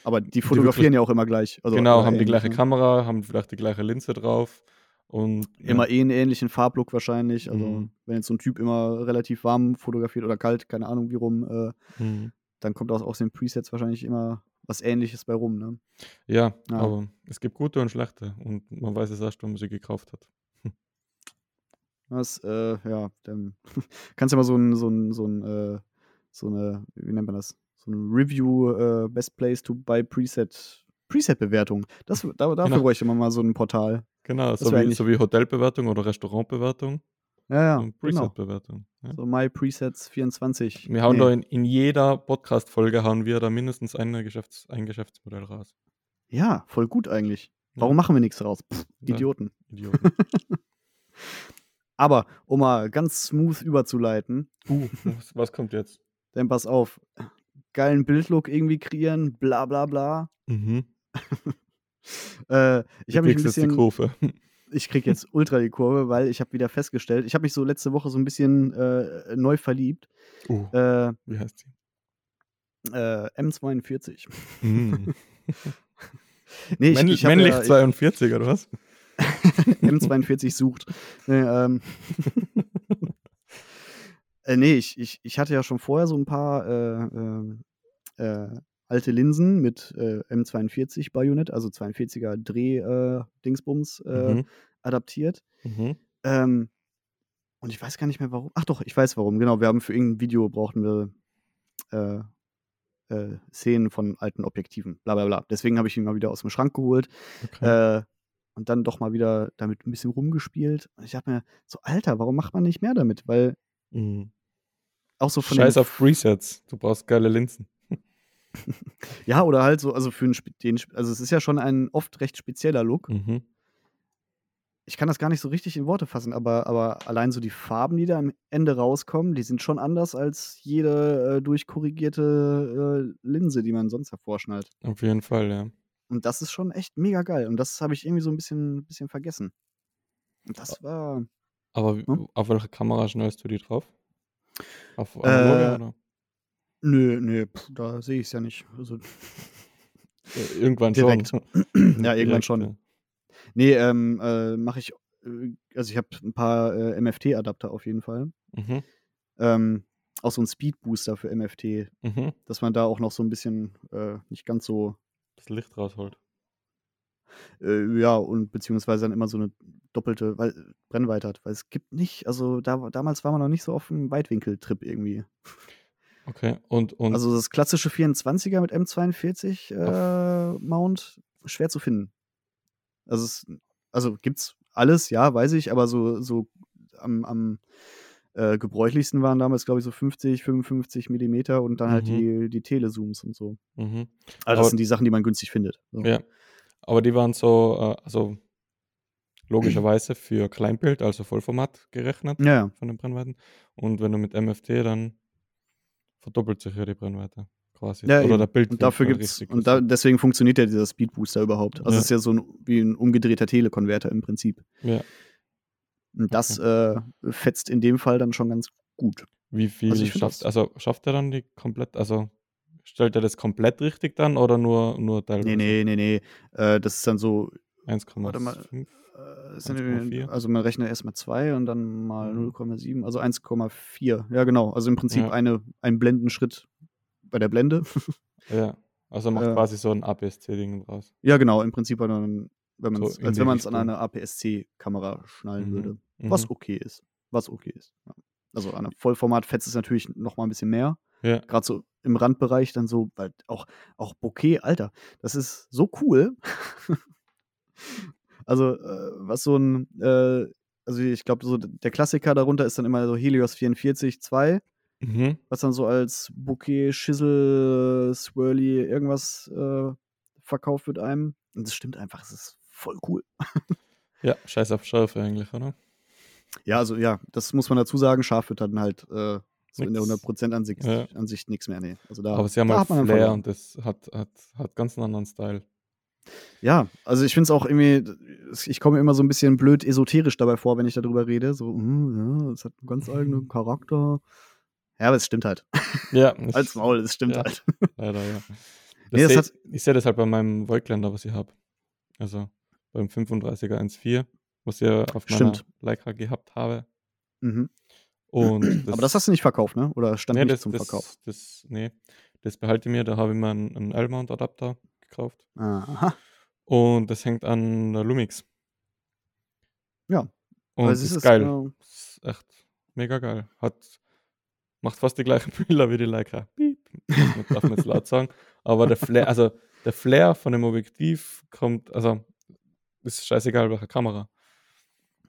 Speaker 2: Aber die
Speaker 1: Die
Speaker 2: fotografieren
Speaker 1: wirklich-
Speaker 2: ja auch immer gleich. Also
Speaker 1: genau,
Speaker 2: oder
Speaker 1: haben die
Speaker 2: ähnlich,
Speaker 1: gleiche
Speaker 2: ne?
Speaker 1: Kamera, haben vielleicht die gleiche Linse drauf und ja,
Speaker 2: Immer eh einen ähnlichen Farblook wahrscheinlich. Also
Speaker 1: Mhm.
Speaker 2: wenn jetzt so ein Typ immer relativ warm fotografiert oder kalt, keine Ahnung wie rum, äh,
Speaker 1: mhm.
Speaker 2: dann kommt aus, aus den Presets wahrscheinlich immer was ähnliches bei rum, ne?
Speaker 1: ja,
Speaker 2: Ja.
Speaker 1: aber es gibt gute und schlechte und man weiß es erst, wenn man sie gekauft hat.
Speaker 2: Was, äh, ja, dann kannst du mal so ein, so ein, so ein, äh, so eine, wie nennt man das? So ein Review, äh, Best Place to Buy Preset, Preset-Bewertung. Das, da, dafür
Speaker 1: Genau.
Speaker 2: bräuchte man mal so ein Portal.
Speaker 1: Genau, so
Speaker 2: wär
Speaker 1: wie,
Speaker 2: eigentlich-
Speaker 1: so wie Hotelbewertung oder Restaurantbewertung
Speaker 2: Ja, ja,
Speaker 1: und
Speaker 2: genau.
Speaker 1: Preset-Bewertung. Ja.
Speaker 2: So My Presets 24.
Speaker 1: Wir hauen
Speaker 2: Nee.
Speaker 1: da in, in jeder Podcast-Folge hauen wir da mindestens eine Geschäfts-, ein Geschäftsmodell raus.
Speaker 2: Ja, voll gut eigentlich.
Speaker 1: Ja.
Speaker 2: Warum machen wir nichts draus? Pff,
Speaker 1: Ja.
Speaker 2: Idioten.
Speaker 1: Idioten.
Speaker 2: Aber, um mal ganz smooth überzuleiten,
Speaker 1: uh, was, was kommt jetzt?
Speaker 2: dann pass auf. Geilen Bildlook irgendwie kreieren, bla bla bla.
Speaker 1: Mhm.
Speaker 2: Äh,
Speaker 1: Du
Speaker 2: ich habe mich ein
Speaker 1: kriegst jetzt
Speaker 2: bisschen.
Speaker 1: die Kurve.
Speaker 2: ich krieg jetzt ultra die Kurve, weil ich habe wieder festgestellt, ich habe mich so letzte Woche so ein bisschen äh, neu verliebt.
Speaker 1: Uh,
Speaker 2: Äh, äh,
Speaker 1: wie heißt sie?
Speaker 2: M42.
Speaker 1: Mhm.
Speaker 2: Nee,
Speaker 1: Männl-
Speaker 2: hab
Speaker 1: männlich
Speaker 2: ja-
Speaker 1: 42 oder was?
Speaker 2: M42 sucht. Nee, ähm. äh, nee ich, ich, ich hatte ja schon vorher so ein paar äh, ähm, äh, alte Linsen mit äh, M42 Bayonet, also 42er Dreh-Dingsbums äh,
Speaker 1: Mhm.
Speaker 2: adaptiert.
Speaker 1: Mhm.
Speaker 2: Ähm, und ich weiß gar nicht mehr warum. Ach doch, ich weiß warum. Genau, wir haben für irgendein Video brauchten wir äh, äh, Szenen von alten Objektiven. Bla bla bla. Deswegen habe ich ihn mal wieder aus dem Schrank geholt
Speaker 1: Okay.
Speaker 2: äh, und dann doch mal wieder damit ein bisschen rumgespielt. Und ich dachte mir, so Alter, warum macht man nicht mehr damit? Weil
Speaker 1: Mhm.
Speaker 2: Auch so äh, von
Speaker 1: Scheiß
Speaker 2: den,
Speaker 1: auf Presets. Du brauchst geile Linsen.
Speaker 2: Ja, oder halt so, also für einen, spe- den, spe- also es ist ja schon ein oft recht spezieller Look.
Speaker 1: Mhm.
Speaker 2: Ich kann das gar nicht so richtig in Worte fassen, aber, aber allein so die Farben, die da am Ende rauskommen, die sind schon anders als jede äh, durchkorrigierte äh, Linse, die man sonst hervorschnallt.
Speaker 1: Auf jeden Fall, ja.
Speaker 2: Und das ist schon echt mega geil. Und das habe ich irgendwie so ein bisschen, bisschen vergessen. Und das war.
Speaker 1: Aber wie-
Speaker 2: Hm?
Speaker 1: auf welche Kamera schnallst du die drauf? Auf
Speaker 2: Äh,
Speaker 1: Analoge oder?
Speaker 2: Nö, nö, pff, da sehe ich es ja nicht. Also,
Speaker 1: Äh, irgendwann
Speaker 2: direkt.
Speaker 1: schon.
Speaker 2: ja, irgendwann
Speaker 1: Direkt,
Speaker 2: schon.
Speaker 1: ja.
Speaker 2: Nee, ähm, äh, mache ich. äh, Also, ich habe ein paar äh, MFT-Adapter auf jeden Fall.
Speaker 1: Mhm.
Speaker 2: Ähm, auch so ein Speed-Booster für MFT,
Speaker 1: Mhm.
Speaker 2: dass man da auch noch so ein bisschen äh, nicht ganz so.
Speaker 1: Das Licht rausholt.
Speaker 2: Äh, ja, und beziehungsweise dann immer so eine doppelte Wei- Brennweite hat. Weil es gibt nicht. Also, da, damals war man noch nicht so auf einem Weitwinkel-Trip irgendwie.
Speaker 1: Okay. Und, und
Speaker 2: Also das klassische 24er mit M42 äh, Mount schwer zu finden. Also es, also gibt's alles, ja, weiß ich, aber so so am, am äh, gebräuchlichsten waren damals glaube ich so 50, 55 Millimeter und dann
Speaker 1: Mhm.
Speaker 2: halt die die Telezooms und so.
Speaker 1: mhm.
Speaker 2: Also
Speaker 1: Aber-
Speaker 2: das sind die Sachen, die man günstig findet. So.
Speaker 1: Ja. Aber die waren so, äh, also logischerweise für Kleinbild, also Vollformat gerechnet
Speaker 2: Ja, ja,
Speaker 1: von den Brennweiten. Und wenn du mit MFT, dann verdoppelt sich ja die Brennweite quasi.
Speaker 2: Ja,
Speaker 1: Oder
Speaker 2: eben.
Speaker 1: der Bild
Speaker 2: und dafür gibt's und
Speaker 1: Also
Speaker 2: da, deswegen funktioniert ja dieser Speed Booster überhaupt. Also
Speaker 1: Ja.
Speaker 2: es ist ja so ein, wie ein umgedrehter Telekonverter im Prinzip.
Speaker 1: ja.
Speaker 2: Und das äh, fetzt in dem Fall dann schon ganz gut.
Speaker 1: Wie viel
Speaker 2: Also ich find
Speaker 1: schafft,
Speaker 2: das-
Speaker 1: also schafft er dann die komplett, also stellt er das komplett richtig dann oder nur, nur teilweise?
Speaker 2: Nee, nee, nee, nee. Äh, das ist dann so.
Speaker 1: 1,5.
Speaker 2: Warte mal. Äh, es sind
Speaker 1: 1,4.
Speaker 2: irgendwie- also man rechnet erstmal 2 und dann mal
Speaker 1: Mhm.
Speaker 2: 0,7, also 1,4. Ja, genau. Also im Prinzip
Speaker 1: Ja.
Speaker 2: eine, ein Blendenschritt bei der Blende.
Speaker 1: Ja. Also er macht
Speaker 2: Äh,
Speaker 1: quasi so ein APS-C-Ding draus.
Speaker 2: ja, genau. Im Prinzip, wenn man, wenn
Speaker 1: So
Speaker 2: man's,
Speaker 1: in
Speaker 2: als
Speaker 1: die
Speaker 2: wenn man es an
Speaker 1: Richtung.
Speaker 2: eine APS-C-Kamera schnallen
Speaker 1: Mhm.
Speaker 2: würde.
Speaker 1: Mhm.
Speaker 2: Was okay ist. Was okay ist. Ja. Also an einem Vollformat fetzt es natürlich noch mal ein bisschen mehr.
Speaker 1: Ja.
Speaker 2: Gerade so im Randbereich dann so, weil auch, auch Bokeh, Alter, das ist so cool. also, äh, was so ein, äh, also ich glaube, so der Klassiker darunter ist dann immer so Helios 44 2,
Speaker 1: Mhm.
Speaker 2: was dann so als Bokeh, Schissel, Swirly, irgendwas äh, verkauft wird einem. Und das stimmt einfach, es ist voll cool.
Speaker 1: Ja, scheiß auf Schärfe eigentlich, oder?
Speaker 2: Ja, also ja, das muss man dazu sagen, scharf wird dann halt äh, so in der
Speaker 1: Nix.
Speaker 2: 100%-Ansicht
Speaker 1: Ja.
Speaker 2: Ansicht nichts mehr, nee. Also da,
Speaker 1: Aber sie haben
Speaker 2: da
Speaker 1: halt
Speaker 2: hat man dann
Speaker 1: Flair
Speaker 2: verloren.
Speaker 1: und das hat, hat, hat ganz einen anderen Style.
Speaker 2: Ja, also ich finde es auch irgendwie, ich komme mir immer so ein bisschen blöd esoterisch dabei vor, wenn ich darüber rede. So, hm, ja, es hat einen ganz eigenen Charakter. Ja, aber es stimmt halt.
Speaker 1: Ja,
Speaker 2: Als
Speaker 1: ich,
Speaker 2: Maul, es stimmt
Speaker 1: ja.
Speaker 2: halt.
Speaker 1: leider, ja. Das
Speaker 2: Nee, das
Speaker 1: seh,
Speaker 2: hat-
Speaker 1: ich sehe das halt bei meinem Voigtländer, was ich habe. Also beim 35er 1.4, was ich ja auf meiner
Speaker 2: Stimmt.
Speaker 1: Leica gehabt habe.
Speaker 2: Mhm.
Speaker 1: Und
Speaker 2: aber das hast du nicht verkauft, ne? Oder stand nicht zum Verkauf?
Speaker 1: Das, nee, das behalte ich mir. Da habe ich mir einen, einen L-Mount-Adapter gekauft.
Speaker 2: Aha.
Speaker 1: Und das hängt an der Lumix.
Speaker 2: Ja,
Speaker 1: Und
Speaker 2: Aber
Speaker 1: das
Speaker 2: es
Speaker 1: ist
Speaker 2: es,
Speaker 1: geil.
Speaker 2: genau-
Speaker 1: Das ist echt mega geil. Hat, macht fast die gleichen Bilder wie die Leica. Piep. Das darf man jetzt laut sagen. Aber der Flair, also der Flair von dem Objektiv kommt, also ist scheißegal, welche Kamera.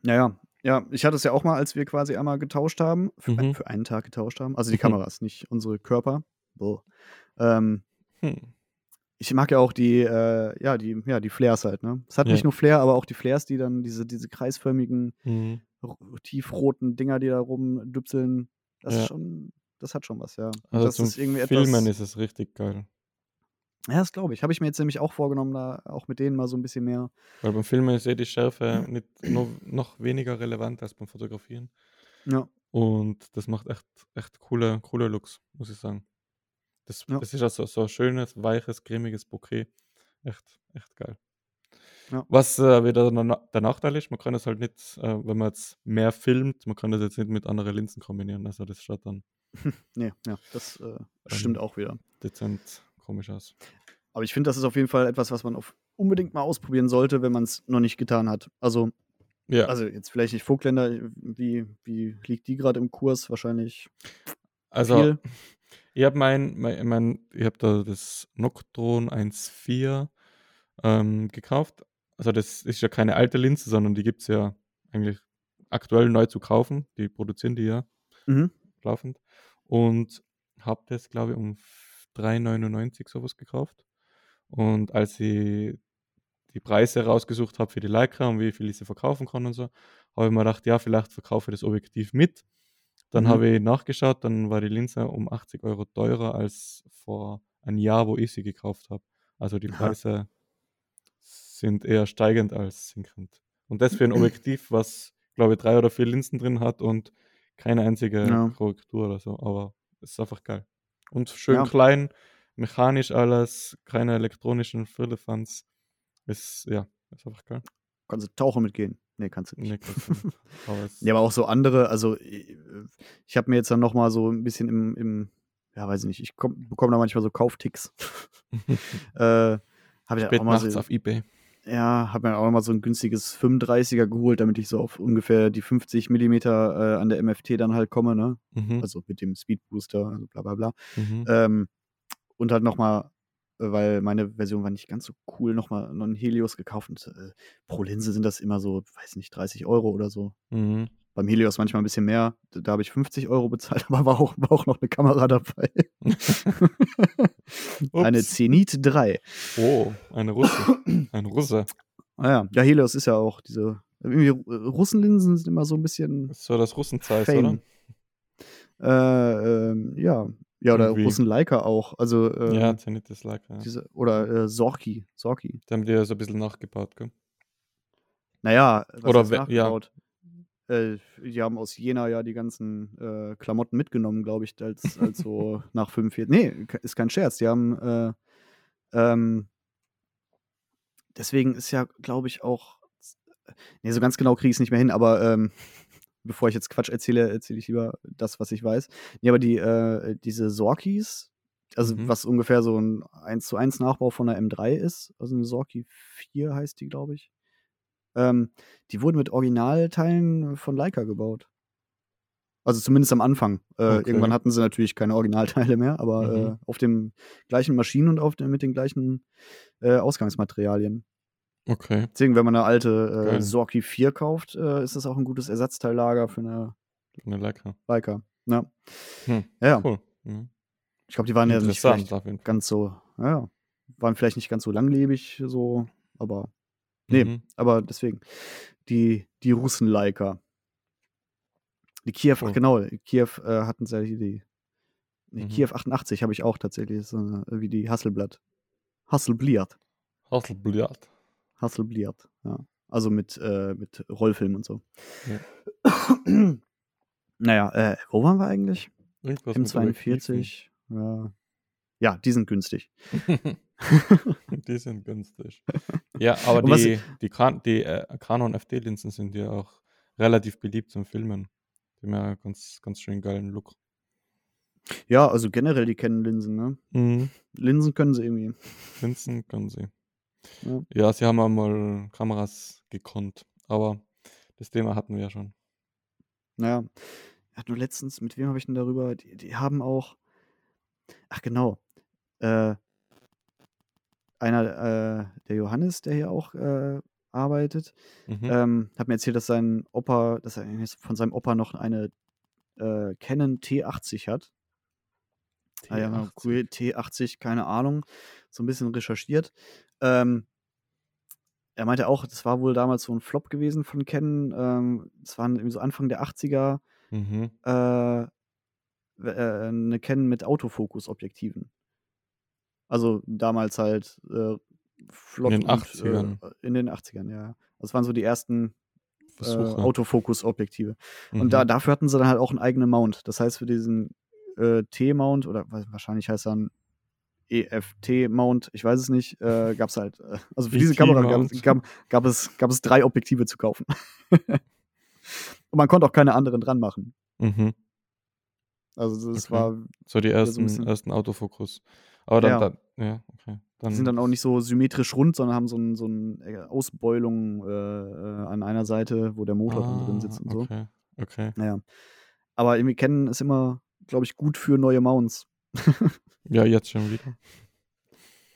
Speaker 2: Naja, ja, ich hatte es ja auch mal, als wir quasi einmal getauscht haben, für, ein-
Speaker 1: Mhm.
Speaker 2: für einen Tag getauscht haben. Also die
Speaker 1: Mhm.
Speaker 2: Kameras, nicht unsere Körper. Boah. Ähm,
Speaker 1: Hm.
Speaker 2: ich mag ja auch die, äh, ja, die, ja, die Flares halt, ne? Es hat
Speaker 1: Ja.
Speaker 2: nicht nur Flair, aber auch die Flares, die dann diese, diese kreisförmigen,
Speaker 1: Mhm.
Speaker 2: r- tiefroten Dinger, die da rumdüpseln. Das
Speaker 1: Ja.
Speaker 2: ist schon, das hat schon was, ja. Und
Speaker 1: Also
Speaker 2: das
Speaker 1: zum
Speaker 2: ist irgendwie etwas.
Speaker 1: Filmen ist es richtig geil.
Speaker 2: ja, das glaube ich. Habe ich mir jetzt nämlich auch vorgenommen, da auch mit denen mal so ein bisschen mehr.
Speaker 1: Weil beim Filmen ist eh die Schärfe nicht, noch, noch weniger relevant als beim Fotografieren.
Speaker 2: Ja,
Speaker 1: Und das macht echt, echt coole, coole Looks, muss ich sagen. Das,
Speaker 2: Ja.
Speaker 1: das ist also so ein schönes, weiches, cremiges Bouquet. Echt, echt geil.
Speaker 2: Ja.
Speaker 1: Was äh, wieder der Na- der Nachteil ist, man kann das halt nicht, äh, wenn man jetzt mehr filmt, man kann das jetzt nicht mit anderen Linsen kombinieren. Also das schaut dann
Speaker 2: nee, ja, das äh, stimmt
Speaker 1: Ähm,
Speaker 2: auch wieder.
Speaker 1: dezent komisch aus.
Speaker 2: Aber ich finde, das ist auf jeden Fall etwas, was man auf unbedingt mal ausprobieren sollte, wenn man es noch nicht getan hat. Also,
Speaker 1: Ja, also,
Speaker 2: also jetzt vielleicht nicht Vogtländer, äh, wie, wie liegt die gerade im Kurs? Wahrscheinlich
Speaker 1: Also
Speaker 2: viel.
Speaker 1: ich habe mein, mein, mein ich habe da das Noctron 1.4 ähm, gekauft. Also das ist ja keine alte Linse, sondern die gibt es ja eigentlich aktuell neu zu kaufen. Die produzieren die ja
Speaker 2: Mhm.
Speaker 1: laufend. und habe das, glaube ich, um 3,99 sowas gekauft. Und als ich die Preise rausgesucht habe für die Leica und wie viel ich sie verkaufen kann und so, habe ich mir gedacht, ja, vielleicht verkaufe ich das Objektiv mit. Dann
Speaker 2: Mhm.
Speaker 1: habe ich nachgeschaut, dann war die Linse um 80 Euro teurer als vor ein Jahr, wo ich sie gekauft habe. Also die
Speaker 2: Aha.
Speaker 1: Preise sind eher steigend als sinkend. Und das für ein Objektiv, was, glaube ich, drei oder vier Linsen drin hat und keine einzige
Speaker 2: Ja.
Speaker 1: Korrektur oder so. Aber es ist einfach geil. Und schön
Speaker 2: Ja.
Speaker 1: klein, mechanisch alles, keine elektronischen Firlefanz. Ist, ja, ist einfach geil.
Speaker 2: Kannst du tauchen mitgehen? Nee, kannst du nicht.
Speaker 1: Nee, kannst du nicht. Aber es,
Speaker 2: Ja, aber auch so andere, also äh, ich habe mir jetzt dann noch mal so ein bisschen im, im ja, weiß ich nicht, ich komm- bekomme da manchmal so Kaufticks. äh, habe ich dann
Speaker 1: spät
Speaker 2: auch mal
Speaker 1: nachts
Speaker 2: so,
Speaker 1: auf Ebay.
Speaker 2: ja, habe mir auch mal so ein günstiges 35er geholt, damit ich so auf ungefähr die 50 Millimeter äh, an der MFT dann halt komme, ne?
Speaker 1: Mhm.
Speaker 2: Also mit dem Speed Booster, also bla bla bla.
Speaker 1: mhm.
Speaker 2: Ähm, und halt nochmal, weil meine Version war nicht ganz so cool, nochmal noch einen Helios gekauft. Und, äh, pro Linse sind das immer so, weiß nicht, 30 Euro oder so.
Speaker 1: mhm.
Speaker 2: Beim Helios manchmal ein bisschen mehr. Da, da habe ich 50 Euro bezahlt, aber war auch, war auch noch eine Kamera dabei. eine
Speaker 1: Ups.
Speaker 2: Zenit 3.
Speaker 1: Oh, eine Russe. Ein Russe.
Speaker 2: Ah ja, ja, Helios ist ja auch diese. äh, Irgendwie Ru- Russenlinsen sind immer so ein bisschen.
Speaker 1: Ist so das Russenzeiss, oder?
Speaker 2: Fame. Äh, ähm, ja. Ja, oder
Speaker 1: Irgendwie.
Speaker 2: Russen Leica auch. Also, ähm,
Speaker 1: ja, Zenit ist Lack. Ja.
Speaker 2: diese, oder äh, Sorki. Sorki.
Speaker 1: Die haben die ja so ein bisschen nachgebaut, gell?
Speaker 2: Naja, was
Speaker 1: Oder
Speaker 2: heißt
Speaker 1: we- ja.
Speaker 2: nachgebaut? Äh, die haben aus Jena ja die ganzen äh, Klamotten mitgenommen, glaube ich, als, als so nach 45. Nee, ke- ist kein Scherz. Die haben. Äh, ähm, deswegen ist ja, glaube ich, auch. Nee, so ganz genau kriege ich es nicht mehr hin, aber ähm, bevor ich jetzt Quatsch erzähle, erzähle ich lieber das, was ich weiß. Nee, aber die, äh, diese Sorkis, also
Speaker 1: Mhm.
Speaker 2: was ungefähr so ein 1 zu 1 Nachbau von einer M3 ist, also eine Sorki 4 heißt die, glaube ich. Ähm, die wurden mit Originalteilen von Leica gebaut. Also zumindest am Anfang. Äh,
Speaker 1: Okay.
Speaker 2: Irgendwann hatten sie natürlich keine Originalteile mehr, aber
Speaker 1: Mhm.
Speaker 2: äh, auf den gleichen Maschinen und auf den, mit den gleichen äh, Ausgangsmaterialien.
Speaker 1: Okay.
Speaker 2: Deswegen, wenn man eine alte äh,
Speaker 1: Geil.
Speaker 2: Sorki 4 kauft, äh, ist das auch ein gutes Ersatzteillager für eine
Speaker 1: Eine Leica.
Speaker 2: Leica. Ja,
Speaker 1: Hm.
Speaker 2: ja, ja.
Speaker 1: Cool. Mhm.
Speaker 2: ich glaube, die waren ja nicht
Speaker 1: Interessant
Speaker 2: vielleicht
Speaker 1: auf jeden Fall.
Speaker 2: ganz so, ja, ja, waren vielleicht nicht ganz so langlebig, so, aber, nee.
Speaker 1: Mhm.
Speaker 2: aber deswegen, die, die Russen-Leica. Die Kiew,
Speaker 1: Cool.
Speaker 2: ach genau, die Kiew äh, hatten sie ja hier die, nee,
Speaker 1: Oh. Mhm.
Speaker 2: Kiew 88 habe ich auch tatsächlich, so eine, äh, wie die Hasselblatt. Hasselbliat,
Speaker 1: Hasselblad.
Speaker 2: Hasselbliat, ja. Also mit, äh, mit Rollfilm und so.
Speaker 1: Ja.
Speaker 2: naja, äh, wo waren wir eigentlich?
Speaker 1: Irgendwas mit
Speaker 2: M42, ja. Ja, die sind günstig.
Speaker 1: Objektiven. die sind günstig. Ja, aber
Speaker 2: Und was-
Speaker 1: die, die, kan die äh, Canon FD-Linsen sind ja auch relativ beliebt zum Filmen. Die haben ja einen ganz, ganz schön geilen Look.
Speaker 2: Ja, also generell, die kennen Linsen, ne?
Speaker 1: Mhm.
Speaker 2: Linsen können sie irgendwie.
Speaker 1: Linsen können sie.
Speaker 2: Ja.
Speaker 1: Ja. sie haben einmal Kameras gekonnt. Aber das Thema hatten wir ja schon.
Speaker 2: Naja, ich hatte nur letztens, mit wem habe ich denn darüber? Die, die haben auch, ach genau, äh, einer, äh, der Johannes, der hier auch äh, arbeitet,
Speaker 1: Mhm.
Speaker 2: ähm, hat mir erzählt, dass sein Opa, dass er jetzt von seinem Opa noch eine äh, Canon T80 hat. Ah ja, genau,
Speaker 1: T80.
Speaker 2: cool, T80, keine Ahnung. So ein bisschen recherchiert. Ähm, er meinte auch, das war wohl damals so ein Flop gewesen von Canon. Ähm, Es waren irgendwie so Anfang der 80er
Speaker 1: Mhm.
Speaker 2: äh, w- äh, eine Canon mit Autofokus-Objektiven. Also damals halt äh, flott.
Speaker 1: In den
Speaker 2: und,
Speaker 1: 80ern.
Speaker 2: Äh, in den 80ern, ja. Das waren so die ersten äh,
Speaker 1: Versuche.
Speaker 2: Autofokus-Objektive.
Speaker 1: Mhm.
Speaker 2: Und da, dafür hatten sie dann halt auch einen eigenen Mount. Das heißt, für diesen äh, T-Mount oder wa- wahrscheinlich heißt er E ein EFT-Mount, ich weiß es nicht, äh, gab es halt, äh, also für diese Kamera gab,
Speaker 1: ET-Mount.
Speaker 2: gab, gab, es, gab es drei Objektive zu kaufen. Und man konnte auch keine anderen dran machen.
Speaker 1: Mhm.
Speaker 2: Also das
Speaker 1: Okay.
Speaker 2: war,
Speaker 1: So die
Speaker 2: so ein
Speaker 1: ersten,
Speaker 2: bisschen-
Speaker 1: ersten Autofokus. Aber dann,
Speaker 2: Ja.
Speaker 1: ja, dann, ja okay. Dann,
Speaker 2: die sind dann auch nicht so symmetrisch rund, sondern haben so eine so ein äh, Ausbeulung äh, äh, an einer Seite, wo der Motor dann drin sitzt
Speaker 1: Ah,
Speaker 2: und so.
Speaker 1: okay. Okay.
Speaker 2: Naja. Aber irgendwie kennen ist immer, glaube ich, gut für neue Mounts.
Speaker 1: Ja, jetzt schon wieder.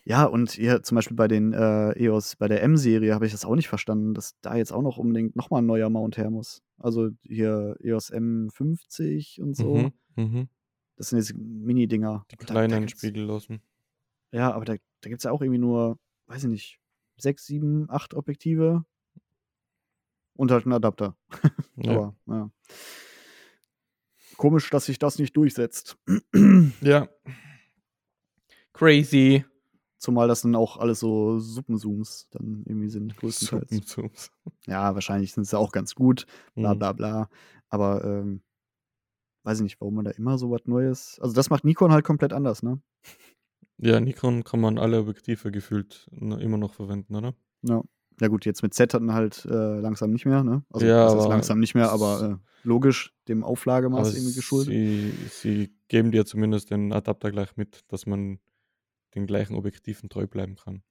Speaker 2: Ja, und hier zum Beispiel bei den äh, EOS, bei der M-Serie habe ich das auch nicht verstanden, dass da jetzt auch noch unbedingt nochmal ein neuer E Mount her muss. Also hier EOS M50 und so.
Speaker 1: Mhm. Mhm.
Speaker 2: Das sind jetzt Mini-Dinger.
Speaker 1: Die
Speaker 2: Da- da
Speaker 1: kleinen
Speaker 2: gibt's-
Speaker 1: spiegellosen.
Speaker 2: Ja, aber da, da gibt es ja auch irgendwie nur, weiß ich nicht, sechs, sieben, acht Objektive und halt einen Adapter.
Speaker 1: Ja.
Speaker 2: Aber, ja. Komisch, dass sich das nicht durchsetzt.
Speaker 1: ja. Crazy.
Speaker 2: Zumal das dann auch alles so Suppenzooms dann irgendwie sind, größtenteils.
Speaker 1: Suppenzooms.
Speaker 2: Ja, wahrscheinlich sind sie auch ganz gut, bla
Speaker 1: Mhm.
Speaker 2: bla bla. Aber ähm, weiß ich nicht, warum man da immer so was Neues. Also das macht Nikon halt komplett anders, ne?
Speaker 1: Ja, Nikon kann man alle Objektive gefühlt n- immer noch verwenden, oder?
Speaker 2: Ja gut, jetzt mit Z hatten halt äh, langsam nicht mehr, ne? Also
Speaker 1: Ja,
Speaker 2: das ist
Speaker 1: aber
Speaker 2: langsam nicht mehr,
Speaker 1: es-
Speaker 2: aber äh, logisch dem Auflagemaß
Speaker 1: Aber
Speaker 2: irgendwie geschuldet.
Speaker 1: Sie, sie geben dir zumindest den Adapter gleich mit, dass man den gleichen Objektiven treu bleiben kann.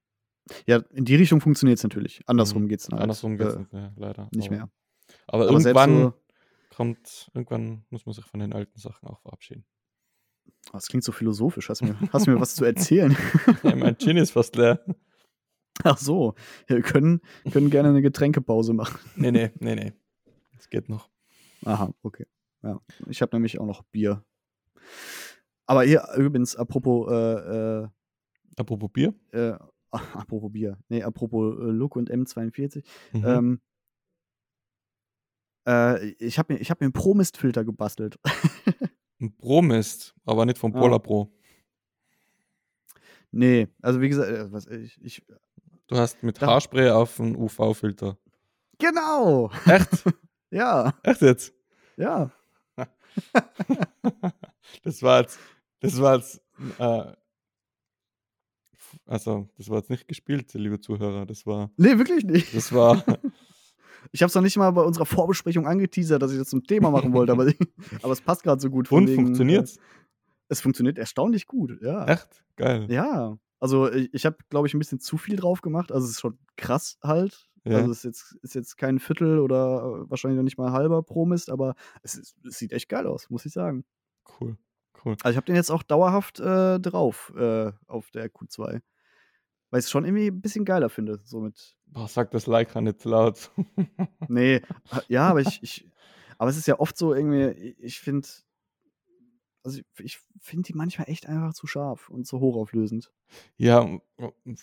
Speaker 2: Ja, in die Richtung funktioniert es natürlich. Andersrum
Speaker 1: Mhm.
Speaker 2: geht's dann halt.
Speaker 1: Andersrum geht es
Speaker 2: äh,
Speaker 1: nicht mehr, leider.
Speaker 2: nicht
Speaker 1: aber,
Speaker 2: mehr.
Speaker 1: Aber,
Speaker 2: Aber selbst
Speaker 1: irgendwann
Speaker 2: so- oh,
Speaker 1: kommt, irgendwann muss man sich von den alten Sachen auch verabschieden.
Speaker 2: Oh, das klingt so philosophisch. Hast du mir, hast du mir was zu erzählen?
Speaker 1: ja, mein Gin ist fast leer.
Speaker 2: Ach so, wir können, können gerne eine Getränkepause machen.
Speaker 1: Nee, nee, nee, nee. Es geht noch.
Speaker 2: Aha, okay. Ja, ich habe nämlich auch noch Bier. Aber hier übrigens, apropos, äh,
Speaker 1: Apropos Bier.
Speaker 2: äh, äh, apropos Bier, nee, apropos äh, Look und M42.
Speaker 1: Mhm.
Speaker 2: Ähm, äh, ich habe mir, ich hab mir einen Promist-Filter gebastelt.
Speaker 1: Ein Bromist, aber nicht vom
Speaker 2: Ah.
Speaker 1: Polar Pro.
Speaker 2: nee, also wie gesagt, äh, was, ich, ich,
Speaker 1: Du hast mit
Speaker 2: Da-
Speaker 1: Haarspray auf einen UV-Filter.
Speaker 2: genau,
Speaker 1: Echt?
Speaker 2: ja,
Speaker 1: Echt jetzt?
Speaker 2: ja.
Speaker 1: das war jetzt, das war jetzt, äh, also das war jetzt nicht gespielt, liebe Zuhörer. Das war,
Speaker 2: Nee, wirklich nicht.
Speaker 1: das war,
Speaker 2: Ich habe es noch nicht mal bei unserer Vorbesprechung angeteasert, dass ich das zum Thema machen wollte, aber, aber es passt gerade so gut. von
Speaker 1: und
Speaker 2: wegen,
Speaker 1: funktioniert's?
Speaker 2: Äh, es funktioniert erstaunlich gut, ja.
Speaker 1: Echt? Geil.
Speaker 2: Ja, also ich, ich habe, glaube ich, ein bisschen zu viel drauf gemacht. Also es ist schon krass halt.
Speaker 1: Ja.
Speaker 2: Also es ist jetzt, ist jetzt kein Viertel oder äh, wahrscheinlich noch nicht mal halber Promist, aber es, ist, es sieht echt geil aus, muss ich sagen.
Speaker 1: Cool, cool.
Speaker 2: Also ich habe den jetzt auch dauerhaft äh, drauf äh, auf der Q2. Weil ich es schon irgendwie ein bisschen geiler finde. Somit.
Speaker 1: Boah, sag das Like an nicht laut.
Speaker 2: Nee, ja, aber ich, ich. Aber es ist ja oft so irgendwie, ich finde. Also ich, ich finde die manchmal echt einfach zu scharf und zu hochauflösend.
Speaker 1: ja, m- m-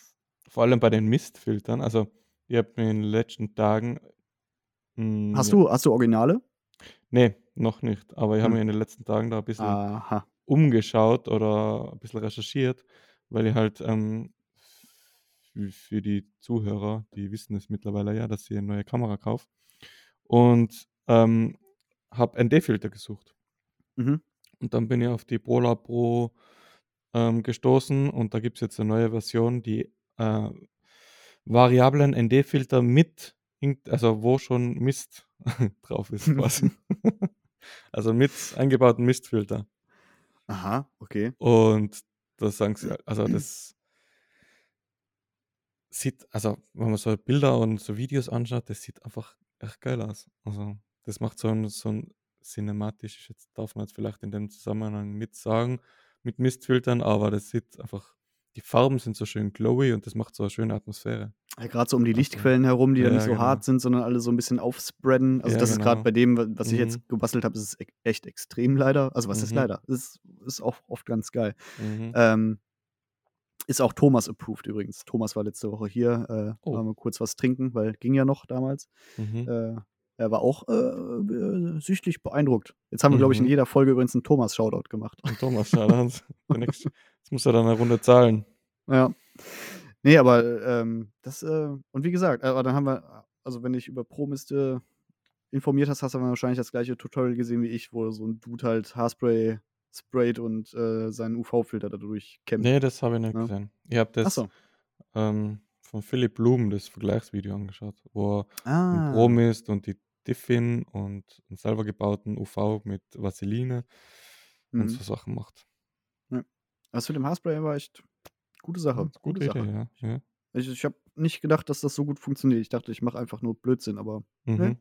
Speaker 1: vor allem bei den Mistfiltern. Also, ihr habt mir in den letzten Tagen. mh,
Speaker 2: Hast
Speaker 1: ja-
Speaker 2: du, hast du Originale?
Speaker 1: Nee, noch nicht. Aber ich habe
Speaker 2: Hm. Ah.
Speaker 1: mir in den letzten Tagen da ein bisschen
Speaker 2: Aha.
Speaker 1: umgeschaut oder ein bisschen recherchiert, weil ich halt ähm, für, für die Zuhörer, die wissen es mittlerweile ja, dass ich eine neue Kamera kaufe und ähm, habe ND-Filter gesucht.
Speaker 2: Mhm.
Speaker 1: Und dann bin ich auf die Polar Pro ähm, gestoßen und da gibt es jetzt eine neue Version, die äh, variablen ND-Filter mit, ink- also wo schon Mist drauf ist quasi. also mit eingebauten Mistfilter.
Speaker 2: Aha, okay.
Speaker 1: Und das sagen sie, also das sieht, also wenn man so Bilder und so Videos anschaut, das sieht einfach echt geil aus. Also das macht so ein, so ein cinematisch, jetzt darf man jetzt vielleicht in dem Zusammenhang nicht sagen, mit Mistfiltern, aber das sieht einfach, die Farben sind so schön glowy und das macht so eine schöne Atmosphäre.
Speaker 2: Ja, gerade so um die
Speaker 1: Also-
Speaker 2: Lichtquellen herum, die dann
Speaker 1: Ja,
Speaker 2: nicht so
Speaker 1: genau.
Speaker 2: hart sind, sondern alle so ein bisschen aufspreaden. Also
Speaker 1: Ja,
Speaker 2: das ist gerade
Speaker 1: genau.
Speaker 2: bei dem, wa- was ich
Speaker 1: Mhm.
Speaker 2: jetzt gebastelt habe, ist es e- echt extrem leider. Also was ist
Speaker 1: Mhm.
Speaker 2: leider? Ist, ist auch oft ganz geil.
Speaker 1: Mhm.
Speaker 2: Ähm, ist auch Thomas approved übrigens. Thomas war letzte Woche hier, äh,
Speaker 1: Oh.
Speaker 2: waren wir kurz was trinken, weil ging ja noch damals.
Speaker 1: mhm.
Speaker 2: Äh, er war auch äh, äh, süchtig beeindruckt. Jetzt haben wir, glaube ich, in
Speaker 1: Mhm.
Speaker 2: jeder Folge übrigens einen Thomas-Shoutout gemacht.
Speaker 1: Und Thomas, ja, dann- der nächste- jetzt muss er dann eine Runde zahlen.
Speaker 2: Ja. Nee, aber ähm, das, äh, und wie gesagt, aber dann haben wir, also wenn dich über Promiste informiert hast, hast du wahrscheinlich das gleiche Tutorial gesehen wie ich, wo so ein Dude halt Haarspray sprayt und äh, seinen UV-Filter dadurch kämpft.
Speaker 1: Nee, das habe ich nicht
Speaker 2: Ähm, Ja.
Speaker 1: gesehen. Ich habe das
Speaker 2: Achso.
Speaker 1: ähm, von Philipp Blum das Vergleichsvideo angeschaut, wo er
Speaker 2: Ah.
Speaker 1: ein Bromist und die Tiffin und einen selber gebauten UV mit Vaseline und
Speaker 2: Mhm.
Speaker 1: so Sachen macht.
Speaker 2: Das mit dem Haarspray war echt gute Sache.
Speaker 1: Das ist eine Hm, gute Idee, ja. ja.
Speaker 2: Ich, ich habe nicht gedacht, dass das so gut funktioniert. Ich dachte, ich mache einfach nur Blödsinn, aber
Speaker 1: Mhm.
Speaker 2: Nee.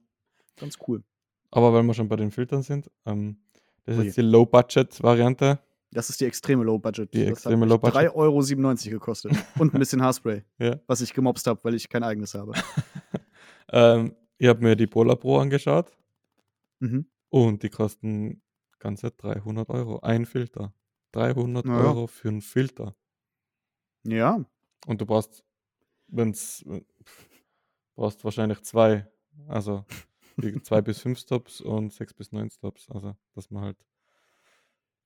Speaker 2: ganz cool.
Speaker 1: Aber weil wir schon bei den Filtern sind, ähm, das ist
Speaker 2: Ui.
Speaker 1: jetzt die Low-Budget-Variante.
Speaker 2: Das ist die extreme Low Budget.
Speaker 1: Die extreme
Speaker 2: mich
Speaker 1: Low Budget.
Speaker 2: 3,97 Euro gekostet. Und ein bisschen Haarspray,
Speaker 1: Ja.
Speaker 2: was ich gemobst habe, weil ich kein eigenes habe.
Speaker 1: Ähm, ich habe mir die Polar Pro angeschaut
Speaker 2: Mhm.
Speaker 1: und die kosten ganze 300 Euro. Ein Filter. 300
Speaker 2: Ja.
Speaker 1: Euro für einen Filter.
Speaker 2: Ja,
Speaker 1: Und du brauchst, wenn's, pff, brauchst wahrscheinlich zwei. Also die zwei bis fünf Stops und sechs bis neun Stops. Also, dass man halt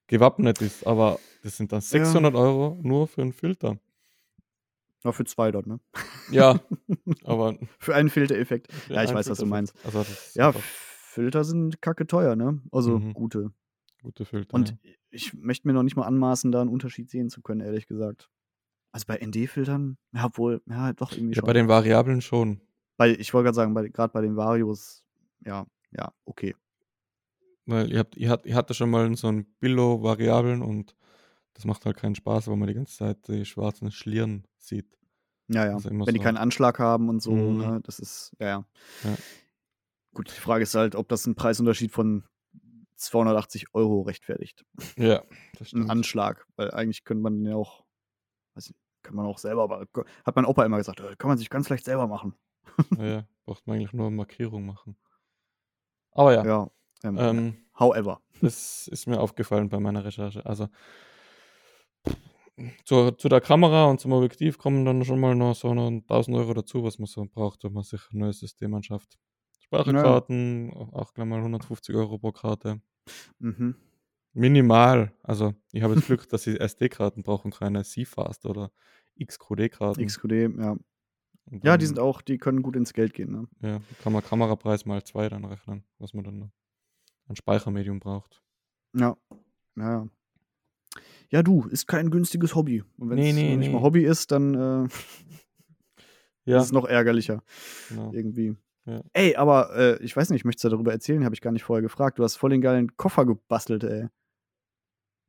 Speaker 1: gewappnet ist. Aber das sind dann 600 Euro nur für einen Filter.
Speaker 2: noch für zwei dort, ne?
Speaker 1: Ja, aber.
Speaker 2: Für einen Filtereffekt. Ja, ich
Speaker 1: ein
Speaker 2: weiß, was du
Speaker 1: Filter-
Speaker 2: meinst.
Speaker 1: Also, das ist
Speaker 2: Ja,
Speaker 1: einfach
Speaker 2: Filter sind kacke teuer, ne? Also
Speaker 1: Mhm.
Speaker 2: gute.
Speaker 1: gute Filter.
Speaker 2: Und
Speaker 1: ja.
Speaker 2: ich möchte mir noch nicht mal anmaßen, da einen Unterschied sehen zu können, ehrlich gesagt. Also bei ND-Filtern, ja, obwohl, ja, doch irgendwie
Speaker 1: ja,
Speaker 2: schon.
Speaker 1: bei den Variablen schon.
Speaker 2: Bei- ich wollte gerade sagen, bei- gerade bei den Varios, ja, ja, okay.
Speaker 1: Weil ihr habt, ihr hat, ihr hatte schon mal so ein Billo-Variablen und das macht halt keinen Spaß, weil man die ganze Zeit die schwarzen Schlieren sieht.
Speaker 2: Ja, ja.
Speaker 1: Also immer
Speaker 2: Wenn die
Speaker 1: so.
Speaker 2: keinen Anschlag haben und so,
Speaker 1: Mhm.
Speaker 2: ne, das ist, ja, ja,
Speaker 1: Ja.
Speaker 2: Gut, die Frage ist halt, ob das einen Preisunterschied von 280 Euro rechtfertigt.
Speaker 1: Ja, das
Speaker 2: Ein Anschlag, weil eigentlich könnte man den ja auch, weiß nicht, kann man auch selber, aber hat mein Opa immer gesagt, äh, kann man sich ganz leicht selber machen.
Speaker 1: Ja, ja, braucht man eigentlich nur eine Markierung machen. Aber ja,
Speaker 2: Ja. ähm,
Speaker 1: Ähm,
Speaker 2: however.
Speaker 1: das ist mir aufgefallen bei meiner Recherche. Also zu, zu der Kamera und zum Objektiv kommen dann schon mal noch so noch 1000 Euro dazu, was man so braucht, wenn man sich ein neues System anschafft. Speicherkarten, auch gleich mal 150 Euro pro Karte.
Speaker 2: Mhm.
Speaker 1: Minimal. Also ich habe jetzt Glück, dass ich SD-Karten brauche und keine CFast ne? oder XQD-Karten.
Speaker 2: XQD, ja.
Speaker 1: Und
Speaker 2: Ja,
Speaker 1: dann-
Speaker 2: die sind auch, die können gut ins Geld gehen, ne?
Speaker 1: Ja, kann man Kamerapreis mal zwei dann rechnen, was man dann noch an Speichermedium braucht.
Speaker 2: Ja. Ja, ja. Ja, du, ist kein günstiges Hobby. Und wenn es
Speaker 1: Nee, nee,
Speaker 2: nicht mal
Speaker 1: nee.
Speaker 2: Hobby ist, dann äh, ist es noch ärgerlicher.
Speaker 1: genau.
Speaker 2: Irgendwie.
Speaker 1: Ja.
Speaker 2: Ey, aber äh, ich weiß nicht, möchtest du darüber erzählen? Habe ich gar nicht vorher gefragt. Du hast voll den geilen Koffer gebastelt, ey.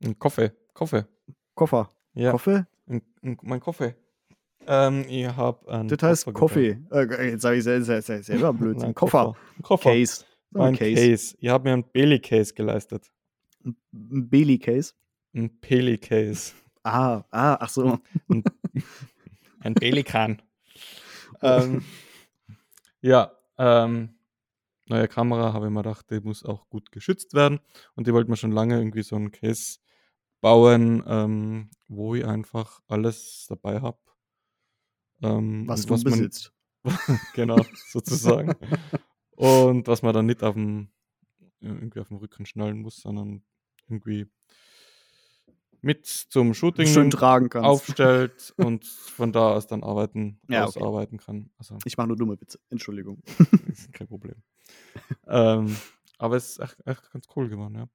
Speaker 1: Ein Koffer, Koffer.
Speaker 2: Koffer.
Speaker 1: Ja,
Speaker 2: Koffer?
Speaker 1: ein, ein, mein Koffer. Ähm, ich habe einen
Speaker 2: Das heißt
Speaker 1: gebaut.
Speaker 2: Koffe. Äh, jetzt sage ich sel- sel- sel- selber Blödsinn.
Speaker 1: Nein,
Speaker 2: Koffer.
Speaker 1: Ein Koffer.
Speaker 2: Case. So
Speaker 1: Ein Case. Ich habe mir einen Belly-Case geleistet.
Speaker 2: Ein Bailey-Case.
Speaker 1: Ein Peli-Case.
Speaker 2: Ah, ah,
Speaker 1: Hm,
Speaker 2: ach so.
Speaker 1: Ein Pelikan. ähm, ja, ähm, neue Kamera, habe ich mir gedacht, die muss auch gut geschützt werden. Und die wollte mir schon lange irgendwie so einen Case bauen, ähm, wo ich einfach alles dabei habe. Ähm,
Speaker 2: Was
Speaker 1: und
Speaker 2: du
Speaker 1: man-
Speaker 2: besitzt.
Speaker 1: genau, sozusagen. Und was man dann nicht auf dem, äh, irgendwie auf dem Rücken schnallen muss, sondern irgendwie mit zum Shooting
Speaker 2: Schön
Speaker 1: nimmt,
Speaker 2: tragen kannst.
Speaker 1: aufstellt und von da aus dann arbeiten,
Speaker 2: Ja, okay.
Speaker 1: ausarbeiten kann. Also
Speaker 2: Ich mache nur dumme Witze. Entschuldigung.
Speaker 1: ist kein Problem. ähm, aber es ist echt, echt ganz cool geworden, ja.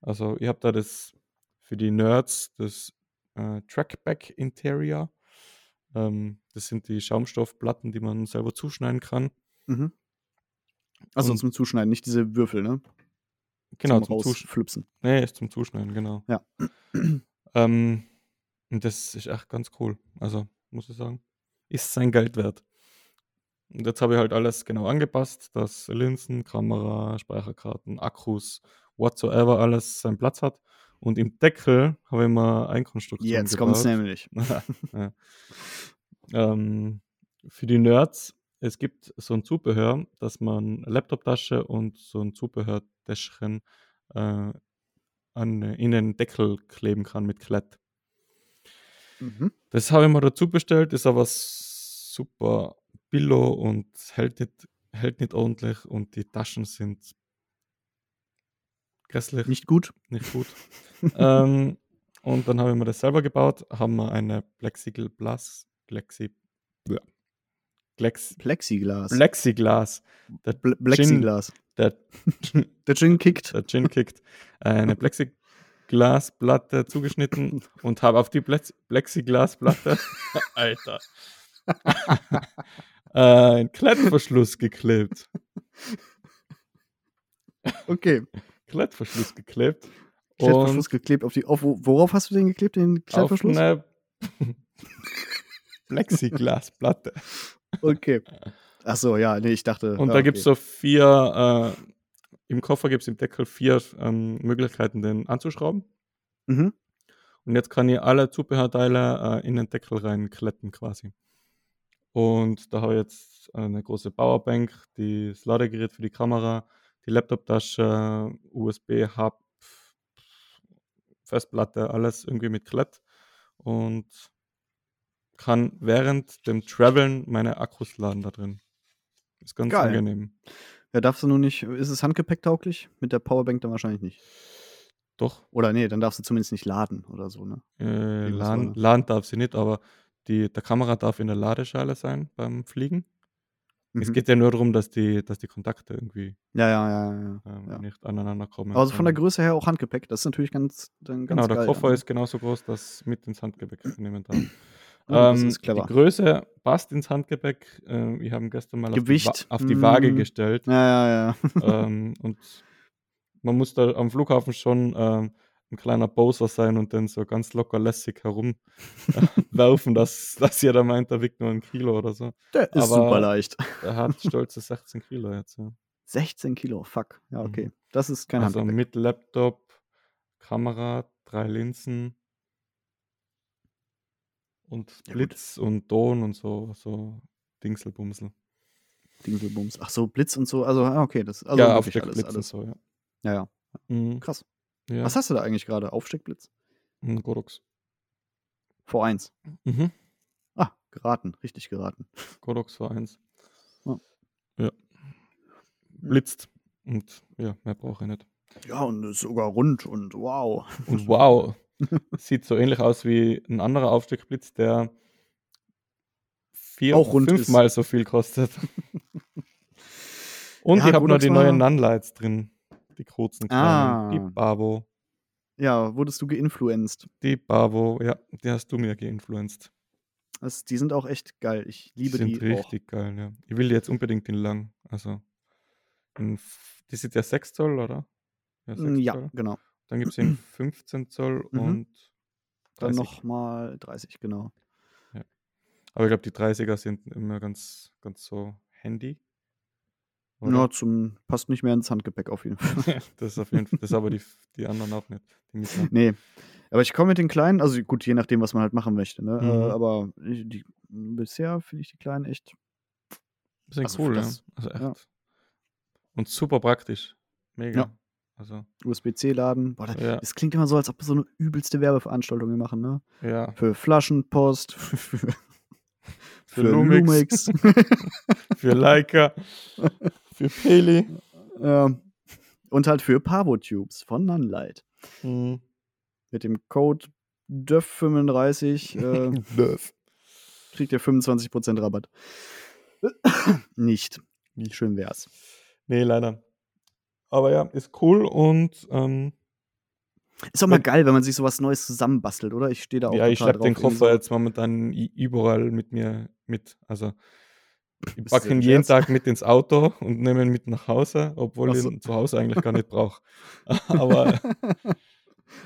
Speaker 1: Also ihr habt da das für die Nerds das äh, Trackback Interior. Ähm, das sind die Schaumstoffplatten, die man selber zuschneiden kann.
Speaker 2: Mhm. Also
Speaker 1: Und-
Speaker 2: zum Zuschneiden, nicht diese Würfel, ne?
Speaker 1: Genau,
Speaker 2: zum,
Speaker 1: zum,
Speaker 2: zum
Speaker 1: Zusch
Speaker 2: Flipsen.
Speaker 1: nee, ist zum Zuschneiden, genau.
Speaker 2: Ja.
Speaker 1: ähm, und das ist echt ganz cool. Also, muss ich sagen, ist sein Geld wert. Und jetzt habe ich halt alles genau angepasst, dass Linsen, Kamera, Speicherkarten, Akkus, whatsoever alles seinen Platz hat. Und im Deckel habe ich mal ein Konstruktion
Speaker 2: Jetzt
Speaker 1: gebaut.
Speaker 2: kommt's nämlich.
Speaker 1: ja. ähm, für die Nerds, es gibt so ein Zubehör, dass man Laptoptasche und so ein Zubehörtäschchen äh, an, in den Deckel kleben kann mit Klett.
Speaker 2: Mhm.
Speaker 1: Das habe ich mir dazu bestellt, ist aber super billo und hält nicht, hält nicht ordentlich und die Taschen sind grässlich
Speaker 2: Nicht gut.
Speaker 1: nicht gut. ähm, und dann habe ich mir das selber gebaut, haben wir eine Plexiglas, Plexi, Bleh. Plex,
Speaker 2: Plexiglas.
Speaker 1: Plexiglas, der,
Speaker 2: Ble- Plexiglas.
Speaker 1: der,
Speaker 2: Der Gin kickt.
Speaker 1: der Gin kickt, äh, eine Plexiglasplatte zugeschnitten und habe auf die Plex Plexiglasplatte, Alter, Äh, einen Klettverschluss geklebt.
Speaker 2: Okay.
Speaker 1: Klettverschluss geklebt.
Speaker 2: Klettverschluss geklebt auf die. Auf, wo- worauf hast du den geklebt, den Klettverschluss?
Speaker 1: Auf eine Plexiglasplatte.
Speaker 2: Okay. Ach so, ja, nee, ich dachte.
Speaker 1: Und
Speaker 2: ja,
Speaker 1: da gibt es
Speaker 2: okay.
Speaker 1: so vier, äh, im Koffer gibt es im Deckel vier ähm, Möglichkeiten, den anzuschrauben.
Speaker 2: Mhm.
Speaker 1: Und jetzt kann ich alle Zubehörteile äh, in den Deckel reinkletten quasi. Und da habe ich jetzt äh, eine große Powerbank, die- das Ladegerät für die Kamera, die Laptoptasche, USB-Hub, Festplatte, alles irgendwie mit Klett und kann während dem Traveln meine Akkus laden da drin. Ist ganz
Speaker 2: Geil.
Speaker 1: angenehm.
Speaker 2: Ja, darfst du nur nicht. Ist es handgepäcktauglich? Mit der Powerbank dann wahrscheinlich nicht.
Speaker 1: Doch,
Speaker 2: Oder nee, dann darfst du zumindest nicht laden oder so, ne?
Speaker 1: äh,
Speaker 2: Irgendwas war
Speaker 1: laden,
Speaker 2: da.
Speaker 1: laden darf sie nicht, aber die, der Kamera darf in der Ladeschale sein beim Fliegen. Es
Speaker 2: Mhm.
Speaker 1: geht ja nur darum, dass die, dass die Kontakte irgendwie
Speaker 2: Ja, ja, ja, ja.
Speaker 1: ähm,
Speaker 2: Ja.
Speaker 1: nicht aneinander kommen.
Speaker 2: Also von der
Speaker 1: sondern-
Speaker 2: Größe her auch Handgepäck. Das ist natürlich ganz, dann ganz
Speaker 1: Genau, der
Speaker 2: geil,
Speaker 1: Koffer
Speaker 2: ja.
Speaker 1: ist genauso groß, dass mit ins Handgepäck nehmen darf.
Speaker 2: Ja, das
Speaker 1: Ähm,
Speaker 2: ist clever.
Speaker 1: Die Größe passt ins Handgepäck. Ähm, wir haben gestern mal auf die,
Speaker 2: Gewicht,
Speaker 1: Wa- auf die Waage
Speaker 2: mm.
Speaker 1: gestellt.
Speaker 2: Ja, ja, ja.
Speaker 1: ähm, und man muss da am Flughafen schon ähm, ein kleiner Poser sein und dann so ganz locker lässig herumwerfen, dass, dass jeder meint, da wiegt nur ein Kilo oder so.
Speaker 2: Der ist
Speaker 1: Aber-
Speaker 2: super leicht.
Speaker 1: Er hat stolze 16 Kilo jetzt. Ja.
Speaker 2: 16 Kilo, fuck. Ja,
Speaker 1: Mhm.
Speaker 2: okay. Das ist kein
Speaker 1: Also
Speaker 2: Handgepäck.
Speaker 1: mit Laptop, Kamera, drei Linsen und
Speaker 2: Ja, gut.
Speaker 1: Blitz und Ton und so, so Dingselbumsel.
Speaker 2: Dingselbums. Ach so, Blitz und so. Also, ah, okay, das also
Speaker 1: ja, auf
Speaker 2: wirklich
Speaker 1: der
Speaker 2: alles,
Speaker 1: Blitz
Speaker 2: alles.
Speaker 1: und so, ja.
Speaker 2: Ja, ja.
Speaker 1: Mhm.
Speaker 2: Krass.
Speaker 1: ja.
Speaker 2: Was hast du da eigentlich gerade? Aufsteckblitz?
Speaker 1: Ein Godox.
Speaker 2: V1.
Speaker 1: Mhm.
Speaker 2: Ah, geraten. Richtig geraten.
Speaker 1: Godox war eins.
Speaker 2: Ja. Hm.
Speaker 1: Ja. Blitzt. Und ja, mehr brauche ich nicht.
Speaker 2: Ja, und ist sogar rund und wow.
Speaker 1: Und wow, sieht so ähnlich aus wie ein anderer Aufstiegblitz, der vier,
Speaker 2: Auch rund ist.
Speaker 1: fünfmal so viel kostet. Und
Speaker 2: Ja,
Speaker 1: ich habe noch
Speaker 2: Godox
Speaker 1: die
Speaker 2: war-
Speaker 1: neuen Nunlights drin. Die kurzen kleinen. Die
Speaker 2: Ah.
Speaker 1: Bavo.
Speaker 2: Ja, wurdest du geinfluenzt?
Speaker 1: Die Bavo, ja, die hast du mir geinfluenzt.
Speaker 2: Das, die sind auch echt geil. Ich liebe
Speaker 1: die
Speaker 2: die,
Speaker 1: sind richtig geil, ja. Ich will die jetzt unbedingt in lang. Also, in, f- die sind ja 6 Zoll, oder?
Speaker 2: auch.
Speaker 1: sechs
Speaker 2: Ja,
Speaker 1: Zoll.
Speaker 2: genau.
Speaker 1: Dann gibt es in 15 Zoll
Speaker 2: Mhm.
Speaker 1: und
Speaker 2: Dann
Speaker 1: 30.
Speaker 2: nochmal 30, genau.
Speaker 1: Aber ich glaube, die 30er sind immer ganz, ganz so handy.
Speaker 2: Ja, zum passt nicht mehr ins Handgepäck auf jeden Fall.
Speaker 1: Ja. Das ist auf jeden Fall, das aber die, die anderen auch nicht. Die mittleren.
Speaker 2: nee. Aber ich komme mit den kleinen, also gut, je nachdem, was man halt machen möchte, ne?
Speaker 1: Mhm.
Speaker 2: Äh, aber ich, die, bisher finde ich die kleinen echt.
Speaker 1: Das ist
Speaker 2: Also
Speaker 1: cool, ja.
Speaker 2: das-
Speaker 1: Also echt.
Speaker 2: ja.
Speaker 1: Und super praktisch. Mega.
Speaker 2: Ja.
Speaker 1: Also,
Speaker 2: USB-C laden. Boah, da,
Speaker 1: Ja.
Speaker 2: Es klingt immer so, als ob wir so eine übelste Werbeveranstaltung hier machen, ne?
Speaker 1: ja.
Speaker 2: Für Flaschenpost, für, für,
Speaker 1: Lumix.
Speaker 2: Lumix.
Speaker 1: Für Leica, für Peli.
Speaker 2: ähm, und halt für Pavotubes von Nunlight.
Speaker 1: Mhm.
Speaker 2: Mit dem Code DÖF35 äh, kriegt ihr 25% Rabatt. Nicht.
Speaker 1: Nicht.
Speaker 2: Schön wär's.
Speaker 1: Nee, leider. Aber ja, ist cool und ähm,
Speaker 2: Ist doch mal
Speaker 1: Und-
Speaker 2: geil, wenn man sich sowas Neues zusammenbastelt, oder? Ich stehe da auch
Speaker 1: ja, ich
Speaker 2: total
Speaker 1: schleppe den
Speaker 2: drauf, irgendwie
Speaker 1: Koffer jetzt momentan i- überall mit mir mit. Also ich
Speaker 2: Bist
Speaker 1: packe
Speaker 2: du
Speaker 1: ihn
Speaker 2: im
Speaker 1: jeden
Speaker 2: Scherz?
Speaker 1: Tag mit ins Auto und nehme ihn mit nach Hause, obwohl
Speaker 2: Ach
Speaker 1: ich
Speaker 2: so.
Speaker 1: ihn zu Hause eigentlich gar nicht brauche. Aber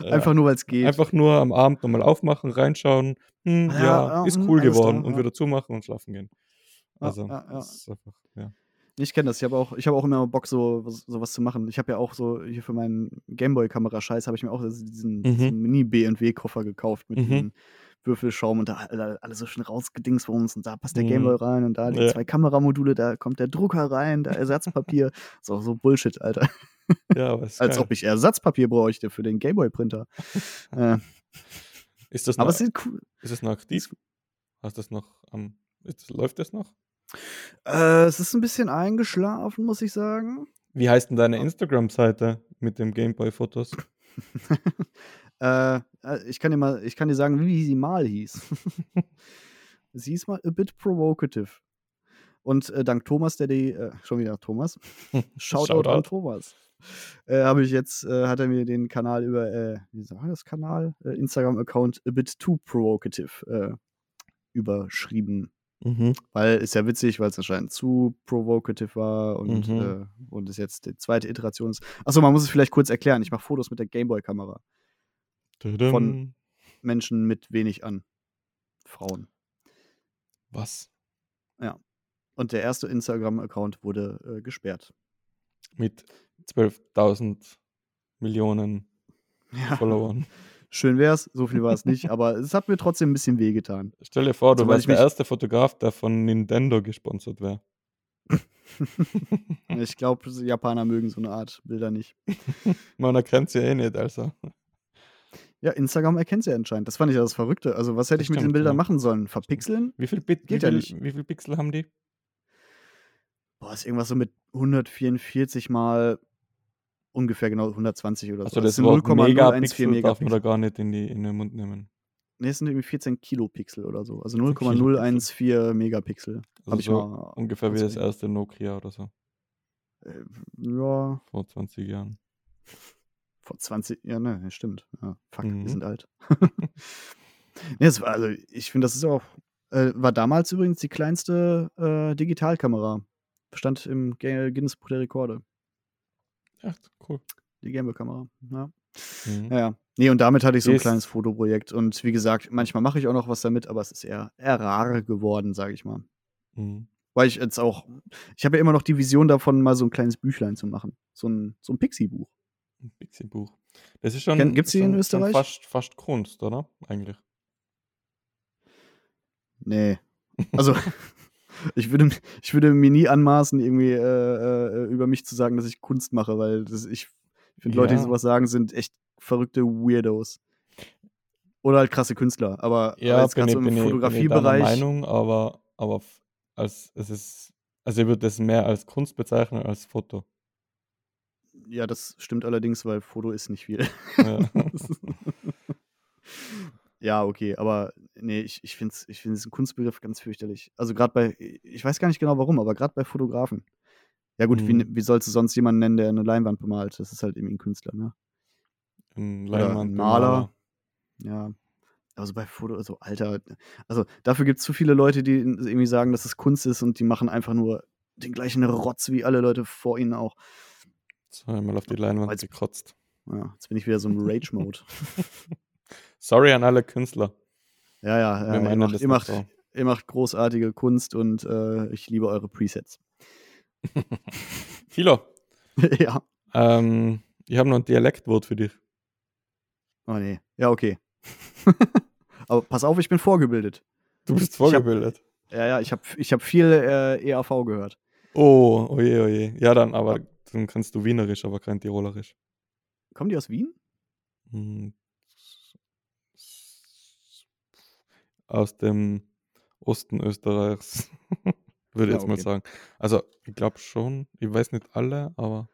Speaker 1: äh,
Speaker 2: Einfach nur, weil es geht.
Speaker 1: einfach nur am Abend nochmal aufmachen, reinschauen, hm,
Speaker 2: Ja,
Speaker 1: ja,
Speaker 2: ja,
Speaker 1: ist
Speaker 2: hm,
Speaker 1: cool
Speaker 2: alles
Speaker 1: geworden
Speaker 2: da,
Speaker 1: und
Speaker 2: ja.
Speaker 1: wieder zumachen und schlafen gehen.
Speaker 2: Ja,
Speaker 1: Also
Speaker 2: ja, ja.
Speaker 1: das ist einfach, ja.
Speaker 2: Ich kenne das. Ich habe auch, ich hab auch immer Bock, so was- sowas zu machen. Ich habe ja auch so hier für meinen Gameboy-Kamera-Scheiß habe ich mir auch so diesen, diesen Mini-BW-Koffer gekauft mit
Speaker 1: Mhm.
Speaker 2: diesem Würfelschaum und da alle alle so schön rausgedingsbums und da passt der
Speaker 1: Mhm.
Speaker 2: Gameboy rein und da die
Speaker 1: Ja.
Speaker 2: zwei Kameramodule, da kommt der Drucker rein, da Ersatzpapier. so, so Bullshit, Alter.
Speaker 1: ja aber ist,
Speaker 2: Als
Speaker 1: geil.
Speaker 2: ob ich Ersatzpapier bräuchte für den Gameboy-Printer. äh,
Speaker 1: ist das noch,
Speaker 2: aber es sieht cool.
Speaker 1: ist das noch aktiv? Hast du das noch am, ist das, läuft das noch?
Speaker 2: Äh, es ist ein bisschen eingeschlafen, muss ich sagen.
Speaker 1: Wie heißt denn deine
Speaker 2: Ah.
Speaker 1: Instagram-Seite mit dem Gameboy-Fotos?
Speaker 2: Äh, äh, ich kann dir mal, ich kann dir sagen, wie sie mal hieß. sie hieß mal a bit provocative. Und äh, dank Thomas, der die, äh, schon wieder Thomas, Shoutout, an
Speaker 1: Shoutout.
Speaker 2: Thomas, äh, habe ich jetzt, äh, hat er mir den Kanal über, äh, wie sagt man das Kanal? Äh, Instagram-Account a bit too provocative äh, überschrieben.
Speaker 1: Mhm.
Speaker 2: Weil ist ja witzig, weil es anscheinend zu provocative war und,
Speaker 1: Mhm.
Speaker 2: äh, und es jetzt die zweite Iteration ist. Achso, man muss es vielleicht kurz erklären. Ich mache Fotos mit der Gameboy-Kamera.
Speaker 1: Tudum.
Speaker 2: Von- Menschen mit wenig an. Frauen.
Speaker 1: was?
Speaker 2: Und der erste Instagram-Account wurde äh, gesperrt.
Speaker 1: Mit 12.000 Millionen
Speaker 2: Ja.
Speaker 1: Followern.
Speaker 2: Schön wär's, so viel war es nicht, aber es hat mir trotzdem ein bisschen wehgetan.
Speaker 1: Stell dir vor, du
Speaker 2: Sobald
Speaker 1: warst
Speaker 2: ich
Speaker 1: der
Speaker 2: mich-
Speaker 1: erste Fotograf, der von Nintendo gesponsert wäre.
Speaker 2: Ich glaube, Japaner mögen so eine Art Bilder nicht.
Speaker 1: Man erkennt sie eh nicht, also.
Speaker 2: Ja, Instagram erkennt sie ja anscheinend. Das fand ich ja das Verrückte. Also, was hätte
Speaker 1: Das
Speaker 2: ich mit den
Speaker 1: stimmt,
Speaker 2: Bildern
Speaker 1: ja.
Speaker 2: machen sollen? Verpixeln?
Speaker 1: Wie viel, Bit, wie,
Speaker 2: Geht ja
Speaker 1: viel,
Speaker 2: nicht.
Speaker 1: wie viel Pixel haben die?
Speaker 2: Boah, ist irgendwas so mit 144 mal ungefähr genau 120 oder so.
Speaker 1: Also das
Speaker 2: sind
Speaker 1: Wort
Speaker 2: 0,014
Speaker 1: Megapixel darf man da
Speaker 2: Megapixel.
Speaker 1: gar nicht in, die, in den Mund nehmen.
Speaker 2: Nee, es sind irgendwie 14 Kilopixel oder so. Also
Speaker 1: 14
Speaker 2: 0,014 Megapixel.
Speaker 1: Also
Speaker 2: Habe ich
Speaker 1: so
Speaker 2: mal.
Speaker 1: ungefähr wie
Speaker 2: ganz
Speaker 1: das
Speaker 2: wenig.
Speaker 1: erste Nokia oder so
Speaker 2: Äh, ja,
Speaker 1: vor 20 Jahren.
Speaker 2: vor 20. Ja, ne, stimmt. Ja, fuck,
Speaker 1: Mhm.
Speaker 2: wir sind alt. nee, es war, also ich finde, das ist auch. Äh, war damals übrigens die kleinste äh, Digitalkamera. Stand im Gu- Guinness Buch der Rekorde.
Speaker 1: Echt cool.
Speaker 2: Die Gameboy-Kamera. Ja.
Speaker 1: Mhm.
Speaker 2: Ja, ja. Nee, und damit hatte ich so ein
Speaker 1: Yes.
Speaker 2: kleines Fotoprojekt. Und wie gesagt, manchmal mache ich auch noch was damit, aber es ist eher, eher rar geworden, sage ich mal.
Speaker 1: Mhm.
Speaker 2: Weil ich jetzt auch, ich habe ja immer noch die Vision davon, mal so ein kleines Büchlein zu machen. So ein, so ein Pixie-Buch.
Speaker 1: Ein Pixie-Buch. Das ist schon.
Speaker 2: Ken- gibt's die in
Speaker 1: schon,
Speaker 2: Österreich?
Speaker 1: Schon fast, fast Kunst, oder? Eigentlich.
Speaker 2: Nee. Also, ich würde, ich würde mir nie anmaßen, irgendwie äh, äh, über mich zu sagen, dass ich Kunst mache, weil das, ich finde, Leute, die
Speaker 1: Ja.
Speaker 2: sowas sagen, sind echt verrückte Weirdos. Oder halt krasse Künstler. Aber, aber
Speaker 1: Ja,
Speaker 2: jetzt
Speaker 1: bin
Speaker 2: gerade
Speaker 1: ich,
Speaker 2: so
Speaker 1: bin, ich, bin ich
Speaker 2: im
Speaker 1: deiner
Speaker 2: Fotografiebereich.
Speaker 1: Meinung, aber, aber f- als, es ist, also ich würde das mehr als Kunst bezeichnen als Foto.
Speaker 2: Ja, das stimmt allerdings, weil Foto ist nicht viel.
Speaker 1: Ja.
Speaker 2: ja, okay, aber nee, ich, ich finde ich find diesen Kunstbegriff ganz fürchterlich. Also gerade bei, ich weiß gar nicht genau warum, aber gerade bei Fotografen. Ja gut,
Speaker 1: Mhm.
Speaker 2: wie, wie sollst du sonst jemanden nennen, der eine Leinwand bemalt? Das ist halt irgendwie ein Künstler, ne?
Speaker 1: Ein
Speaker 2: Oder ein
Speaker 1: Leinwand,
Speaker 2: Maler. Ja. Aber so bei Foto, also Alter, also dafür gibt es zu viele Leute, die irgendwie sagen, dass es Kunst ist und die machen einfach nur den gleichen Rotz wie alle Leute vor ihnen auch.
Speaker 1: So einmal auf die Leinwand
Speaker 2: Weiß-
Speaker 1: gekotzt.
Speaker 2: Ja, jetzt bin ich wieder so im Rage-Mode.
Speaker 1: Sorry an alle Künstler.
Speaker 2: Ja, ja, ja.
Speaker 1: Wir
Speaker 2: ihr,
Speaker 1: meinen
Speaker 2: macht,
Speaker 1: das
Speaker 2: ihr,
Speaker 1: nicht
Speaker 2: macht,
Speaker 1: so.
Speaker 2: ihr macht großartige Kunst und äh, ich liebe eure Presets.
Speaker 1: Kilo,
Speaker 2: ja.
Speaker 1: ähm, ich habe noch ein Dialektwort für dich.
Speaker 2: Oh nee. Ja, okay. Aber pass auf, ich bin vorgebildet.
Speaker 1: Du bist
Speaker 2: hab-
Speaker 1: vorgebildet.
Speaker 2: Ja, ja, ich habe ich hab viel äh, EAV gehört.
Speaker 1: Oh, oje, oje. Ja, dann, aber dann kannst du Wienerisch, aber kein Tirolerisch.
Speaker 2: Kommen die aus Wien?
Speaker 1: Hm. Aus dem Osten Österreichs, würde ich
Speaker 2: Ja,
Speaker 1: jetzt mal
Speaker 2: okay.
Speaker 1: sagen. Also, ich glaube schon, ich weiß nicht alle, aber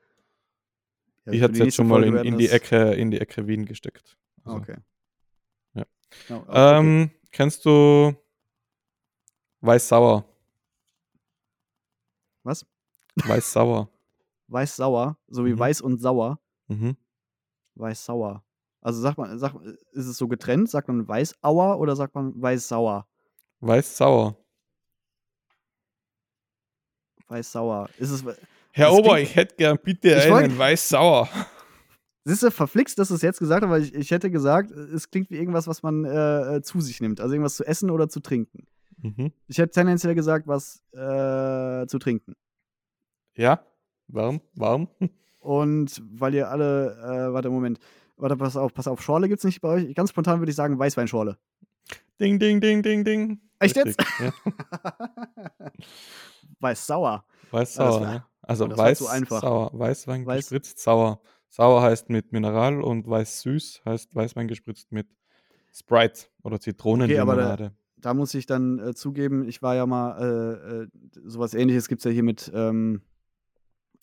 Speaker 2: Ja,
Speaker 1: ich hätte
Speaker 2: für die
Speaker 1: es jetzt
Speaker 2: nächste
Speaker 1: schon mal
Speaker 2: Folge
Speaker 1: in,
Speaker 2: werden
Speaker 1: in, die
Speaker 2: das-
Speaker 1: Ecke, in die Ecke Wien gesteckt.
Speaker 2: Ah,
Speaker 1: Also,
Speaker 2: Okay.
Speaker 1: Ja.
Speaker 2: Ja, Ah, okay.
Speaker 1: Ähm, kennst du Weiß-Sauer?
Speaker 2: Was?
Speaker 1: Weiß-Sauer.
Speaker 2: Weiß-sauer, so wie
Speaker 1: mhm.
Speaker 2: weiß und sauer.
Speaker 1: mhm.
Speaker 2: Weiß-sauer. Also sagt man, sagt, ist es so getrennt? Sagt man Weißauer oder sagt man Weiß-sauer?
Speaker 1: Weiß-Sauer.
Speaker 2: Weiß-sauer. Ist es.
Speaker 1: Herr
Speaker 2: Das
Speaker 1: Ober,
Speaker 2: klingt-
Speaker 1: ich hätte gern bitte
Speaker 2: Ich
Speaker 1: einen Weiß-Sauer.
Speaker 2: Siehst du, verflixt, dass du es jetzt gesagt hast, weil ich, ich hätte gesagt, es klingt wie irgendwas, was man äh, äh, zu sich nimmt. Also irgendwas zu essen oder zu trinken.
Speaker 1: Mhm.
Speaker 2: Ich hätte tendenziell gesagt, was äh, zu trinken.
Speaker 1: Ja, warm, warm.
Speaker 2: Und weil ihr alle, äh, warte, Moment, warte, pass auf, pass auf, Schorle gibt's nicht bei euch. Ganz spontan würde ich sagen, Weißweinschorle.
Speaker 1: Ding, ding, ding, ding, ding.
Speaker 2: Echt jetzt?
Speaker 1: Richtig, Ja.
Speaker 2: Weiß sauer.
Speaker 1: Weiß
Speaker 2: Ja, das
Speaker 1: sauer,
Speaker 2: war-
Speaker 1: ne? Also
Speaker 2: oh, das war
Speaker 1: weiß
Speaker 2: zu einfach.
Speaker 1: sauer, Weißwein
Speaker 2: Weiß-
Speaker 1: gespritzt sauer. Sauer heißt mit Mineral und weiß süß heißt Weißwein gespritzt mit Sprite oder Zitronenlimonade.
Speaker 2: Da muss ich dann äh, zugeben, ich war ja mal, äh, äh, sowas ähnliches gibt's ja hier mit, ähm,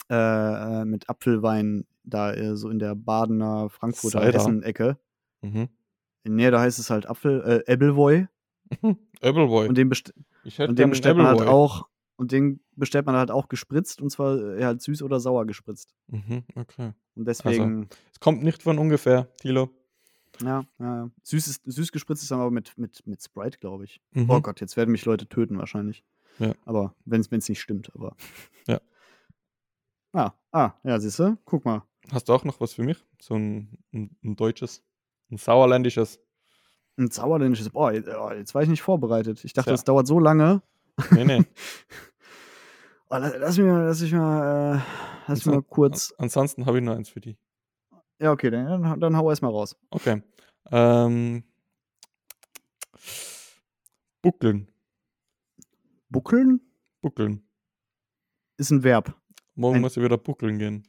Speaker 2: äh, äh, mit Apfelwein, da äh, so in der Badener, Frankfurter,
Speaker 1: Cider.
Speaker 2: Essen-Ecke.
Speaker 1: mhm.
Speaker 2: Nee, da heißt es halt Apfel, äh, Appleboy.
Speaker 1: Appleboy.
Speaker 2: Und den, best
Speaker 1: ich
Speaker 2: und
Speaker 1: gern
Speaker 2: den bestellt man halt
Speaker 1: Appleboy.
Speaker 2: auch. Und den bestellt man halt auch gespritzt und zwar äh, halt süß oder sauer gespritzt.
Speaker 1: Mhm, okay.
Speaker 2: Und deswegen,
Speaker 1: Es kommt nicht von ungefähr, Thilo.
Speaker 2: ja, ja, ja. süß, ist, süß gespritzt ist dann aber mit, mit, mit Sprite, glaube ich.
Speaker 1: Mhm.
Speaker 2: Oh Gott, jetzt werden mich Leute töten wahrscheinlich.
Speaker 1: Ja.
Speaker 2: Aber wenn es nicht stimmt, aber.
Speaker 1: Ja.
Speaker 2: Ah, ah, ja, siehst du? Guck mal.
Speaker 1: Hast du auch noch was für mich? So ein, ein, ein deutsches, ein sauerländisches.
Speaker 2: Ein sauerländisches. Boah, jetzt, oh, jetzt war ich nicht vorbereitet. Ich dachte,
Speaker 1: Tja.
Speaker 2: das dauert so lange.
Speaker 1: Nee, nee.
Speaker 2: Oh, lass, lass mich mal, lass mich mal, äh, lass mich mal
Speaker 1: Ansonsten-
Speaker 2: kurz.
Speaker 1: Ansonsten habe ich noch eins für dich.
Speaker 2: Ja, okay, dann, dann, dann hau erst mal raus.
Speaker 1: Okay. Ähm, buckeln,
Speaker 2: Buckeln
Speaker 1: buckeln.
Speaker 2: ist ein Verb.
Speaker 1: Morgen
Speaker 2: Ein-
Speaker 1: muss ich wieder buckeln gehen.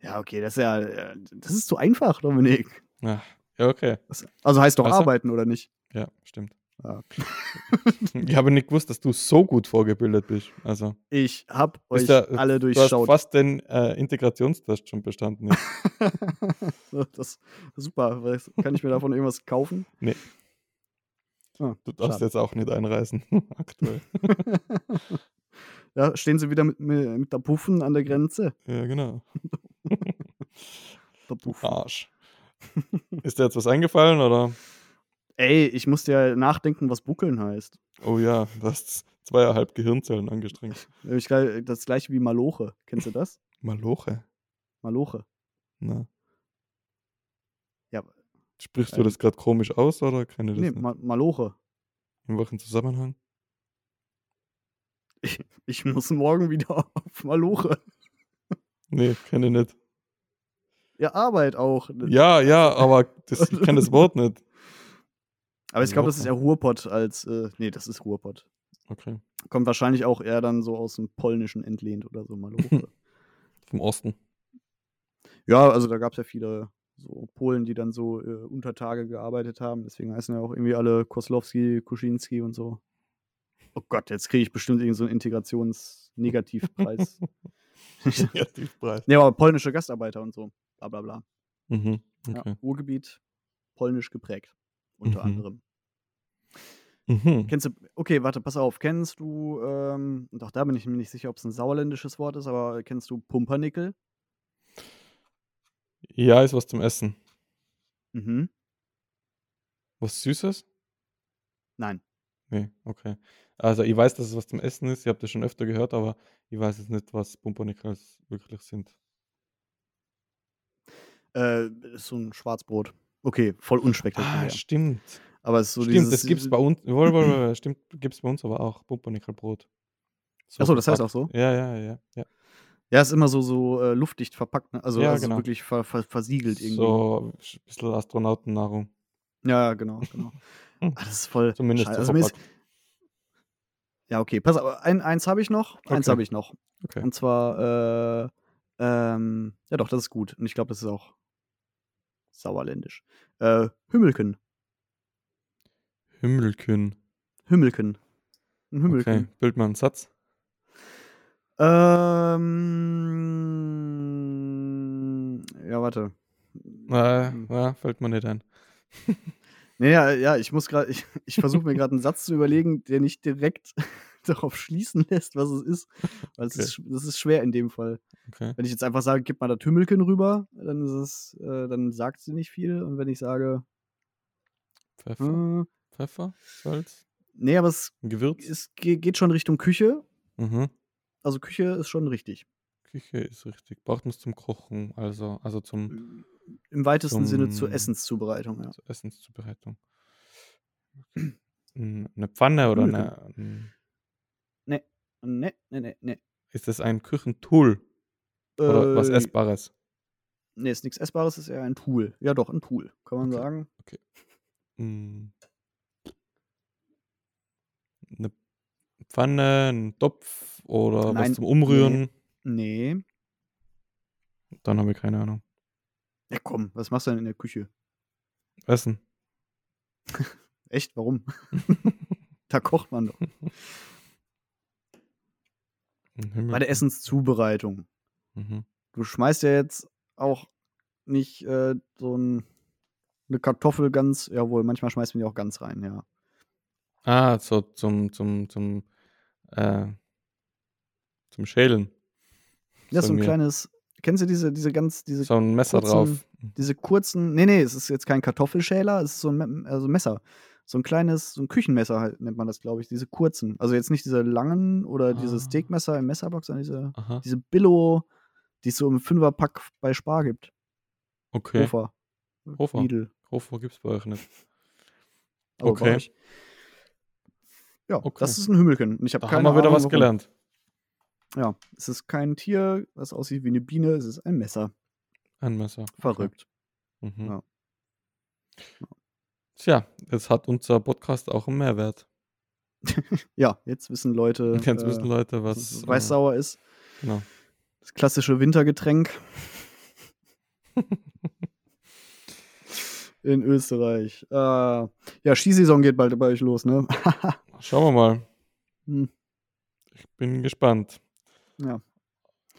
Speaker 2: Ja, okay, das ist ja, äh, das ist zu einfach, Dominik.
Speaker 1: Ach, Ja, okay.
Speaker 2: Das- Also heißt doch
Speaker 1: Wasser?
Speaker 2: arbeiten, oder nicht?
Speaker 1: Ja, stimmt.
Speaker 2: Ja.
Speaker 1: Ich habe nicht gewusst, dass du so gut vorgebildet bist. Also,
Speaker 2: Ich hab
Speaker 1: Ist
Speaker 2: euch
Speaker 1: ja-
Speaker 2: alle
Speaker 1: du hast
Speaker 2: durchschaut.
Speaker 1: fast den äh, Integrationstest schon bestanden. jetzt.
Speaker 2: So, das super. Was- Kann ich mir davon irgendwas kaufen?
Speaker 1: Nee.
Speaker 2: Ah,
Speaker 1: Du darfst
Speaker 2: schade.
Speaker 1: jetzt auch nicht einreißen. Aktuell.
Speaker 2: Da stehen sie wieder mit, mir- mit der Puffen an der Grenze.
Speaker 1: Ja, genau.
Speaker 2: Der
Speaker 1: Du
Speaker 2: Puffen.
Speaker 1: Arsch. Ist dir jetzt was eingefallen oder?
Speaker 2: Ey, ich musste ja nachdenken, was buckeln heißt.
Speaker 1: Oh ja, du hast zweieinhalb Gehirnzellen angestrengt.
Speaker 2: Ich glaub, Das gleiche wie Maloche. Kennst du das?
Speaker 1: Maloche.
Speaker 2: Maloche.
Speaker 1: Na.
Speaker 2: Ja.
Speaker 1: Ne? Sprichst du das gerade komisch aus oder kann ich das
Speaker 2: Nee,
Speaker 1: nicht?
Speaker 2: Ma Maloche.
Speaker 1: In welchem Zusammenhang?
Speaker 2: Ich muss morgen wieder auf Maloche.
Speaker 1: Nee, kann ich nicht.
Speaker 2: Ja, Arbeit auch.
Speaker 1: Ja, ja, aber das, ich kann das Wort nicht.
Speaker 2: Aber ich glaube, das ist
Speaker 1: Maloche.
Speaker 2: eher Ruhrpott als. Äh, nee, das ist Ruhrpott.
Speaker 1: Okay.
Speaker 2: Kommt wahrscheinlich auch eher dann so aus dem Polnischen entlehnt oder so, Maloche.
Speaker 1: Vom Osten.
Speaker 2: ja, also da gab es ja viele so Polen, die dann so äh, unter Tage gearbeitet haben. Deswegen heißen ja auch irgendwie alle Koslowski, Kuschinski und so. Oh Gott, jetzt kriege ich bestimmt irgendeinen so einen Integrationsnegativpreis.
Speaker 1: Kreativpreis.
Speaker 2: nee, aber polnische Gastarbeiter und so. Bla bla bla.
Speaker 1: Mhm. Okay.
Speaker 2: Ja, Ruhrgebiet, polnisch geprägt. Unter
Speaker 1: Mhm.
Speaker 2: anderem.
Speaker 1: Mhm.
Speaker 2: Kennst du, okay, warte, pass auf. Kennst du, ähm, und auch da bin ich mir nicht sicher, ob es ein sauerländisches Wort ist, aber kennst du Pumpernickel?
Speaker 1: Ja, ist was zum Essen.
Speaker 2: Mhm.
Speaker 1: Was Süßes?
Speaker 2: Nein.
Speaker 1: Nee, okay. Also ich weiß, dass es was zum Essen ist. Ich habe das schon öfter gehört, aber ich weiß jetzt nicht, was Pumpernickels wirklich sind.
Speaker 2: Äh, ist so ein Schwarzbrot. Okay, voll unspektakulär.
Speaker 1: Ah, stimmt.
Speaker 2: aber es ist so
Speaker 1: stimmt,
Speaker 2: dieses.
Speaker 1: das gibt's bei uns. Wohl, wohl, wohl, stimmt, gibt's bei uns aber auch Pumpernickelbrot. So
Speaker 2: Achso, das heißt auch
Speaker 1: verpackt.
Speaker 2: so.
Speaker 1: Ja, ja, ja, ja.
Speaker 2: Ja, ist immer so, so äh, luftdicht verpackt, ne? also,
Speaker 1: Ja,
Speaker 2: also
Speaker 1: genau.
Speaker 2: wirklich ver ver versiegelt irgendwie.
Speaker 1: So ein bisschen Astronautennahrung.
Speaker 2: Ja, genau, genau. ah, das ist voll.
Speaker 1: Hm. Zumindest
Speaker 2: scheiße.
Speaker 1: so
Speaker 2: also mir ist,
Speaker 1: verpackt.
Speaker 2: Ja, okay, pass auf, ein, eins habe ich noch. Eins
Speaker 1: Okay.
Speaker 2: habe ich noch.
Speaker 1: Okay.
Speaker 2: Und zwar, äh, ähm, ja doch, das ist gut. Und ich glaube, das ist auch sauerländisch. Äh, Hümmelken.
Speaker 1: Himmelkün.
Speaker 2: Hümmelken. Ein Hümmelken.
Speaker 1: Okay, bild mal einen Satz.
Speaker 2: Ähm. Ja, warte.
Speaker 1: Äh,
Speaker 2: Hm.
Speaker 1: ja, fällt mir nicht ein.
Speaker 2: Naja, Ne, ja, ich muss gerade, ich, ich versuche mir gerade einen Satz zu überlegen, der nicht direkt darauf schließen lässt, was es ist. Weil es
Speaker 1: Okay.
Speaker 2: ist, sch- das ist schwer in dem Fall.
Speaker 1: Okay.
Speaker 2: Wenn ich jetzt einfach sage, gib mal das Tümmelken rüber, dann ist es, äh, dann sagt sie nicht viel. Und wenn ich sage,
Speaker 1: Pfeffer,
Speaker 2: äh,
Speaker 1: Pfeffer, Salz,
Speaker 2: nee, ne, aber es,
Speaker 1: Gewürz.
Speaker 2: es ge- geht schon Richtung Küche.
Speaker 1: Mhm.
Speaker 2: Also Küche ist schon richtig.
Speaker 1: Küche ist richtig. Braucht man es zum Kochen, also, also zum
Speaker 2: Im weitesten Sinne zur
Speaker 1: Zum-
Speaker 2: Essenszubereitung, ja.
Speaker 1: zur Essenszubereitung. N- Eine Pfanne oder
Speaker 2: Nudeln.
Speaker 1: eine, ein-
Speaker 2: Nee, nee, nee, nee.
Speaker 1: ist das ein Küchentool oder was
Speaker 2: ne. Äh,
Speaker 1: Essbares?
Speaker 2: Nee, ist nichts Essbares, ist eher ein Pool. Ja, doch, ein Pool, kann man
Speaker 1: Okay.
Speaker 2: sagen.
Speaker 1: Mm. Eine Pfanne, ein Topf oder
Speaker 2: Nein,
Speaker 1: was zum Umrühren?
Speaker 2: Nee.
Speaker 1: Dann habe ich keine Ahnung.
Speaker 2: Ja, komm, was machst du denn in der Küche?
Speaker 1: Essen.
Speaker 2: Echt, warum? da kocht man doch.
Speaker 1: Ein Himmel-
Speaker 2: Bei der Essenszubereitung.
Speaker 1: Mhm.
Speaker 2: Du schmeißt ja jetzt auch nicht äh, so ein, eine Kartoffel ganz, jawohl, manchmal schmeißt man die auch ganz rein, ja.
Speaker 1: Ah, so zum, zum, zum, äh, zum Schälen.
Speaker 2: Ja, so ein
Speaker 1: mir.
Speaker 2: kleines, kennst du diese, diese ganz, diese,
Speaker 1: So ein Messer
Speaker 2: Also kurzen-
Speaker 1: drauf. Mhm.
Speaker 2: diese kurzen, nee, nee, es ist jetzt kein Kartoffelschäler, es ist so ein, Me- also ein Messer. So ein kleines, so ein Küchenmesser halt, nennt man das, glaube ich, diese kurzen. Also jetzt nicht diese langen oder
Speaker 1: Ah.
Speaker 2: dieses Steakmesser im Messerbox, sondern diese
Speaker 1: Aha,
Speaker 2: diese Billo, die es so im Fünferpack bei Spar gibt.
Speaker 1: okay.
Speaker 2: Hofer.
Speaker 1: Hofer.
Speaker 2: Lidl.
Speaker 1: Hofer gibt's bei euch nicht.
Speaker 2: aber
Speaker 1: Okay.
Speaker 2: bei euch. Ja,
Speaker 1: Okay.
Speaker 2: das ist ein Hümmelken. Und ich habe
Speaker 1: Da
Speaker 2: keine
Speaker 1: haben wir wieder
Speaker 2: Ahnung,
Speaker 1: was
Speaker 2: warum.
Speaker 1: gelernt.
Speaker 2: Ja, es ist kein Tier, das aussieht wie eine Biene, es ist ein Messer.
Speaker 1: Ein Messer.
Speaker 2: Verrückt.
Speaker 1: Okay. Mhm.
Speaker 2: Ja.
Speaker 1: Tja, jetzt hat unser Podcast auch einen Mehrwert.
Speaker 2: Ja, jetzt wissen Leute,
Speaker 1: Jetzt
Speaker 2: äh,
Speaker 1: wissen Leute,
Speaker 2: dass
Speaker 1: was.
Speaker 2: es Weißsauer ist.
Speaker 1: äh, Genau.
Speaker 2: Das klassische Wintergetränk. in Österreich. Äh, ja, Skisaison geht bald bei euch los, ne?
Speaker 1: Schauen wir mal.
Speaker 2: Hm.
Speaker 1: Ich bin gespannt.
Speaker 2: Ja.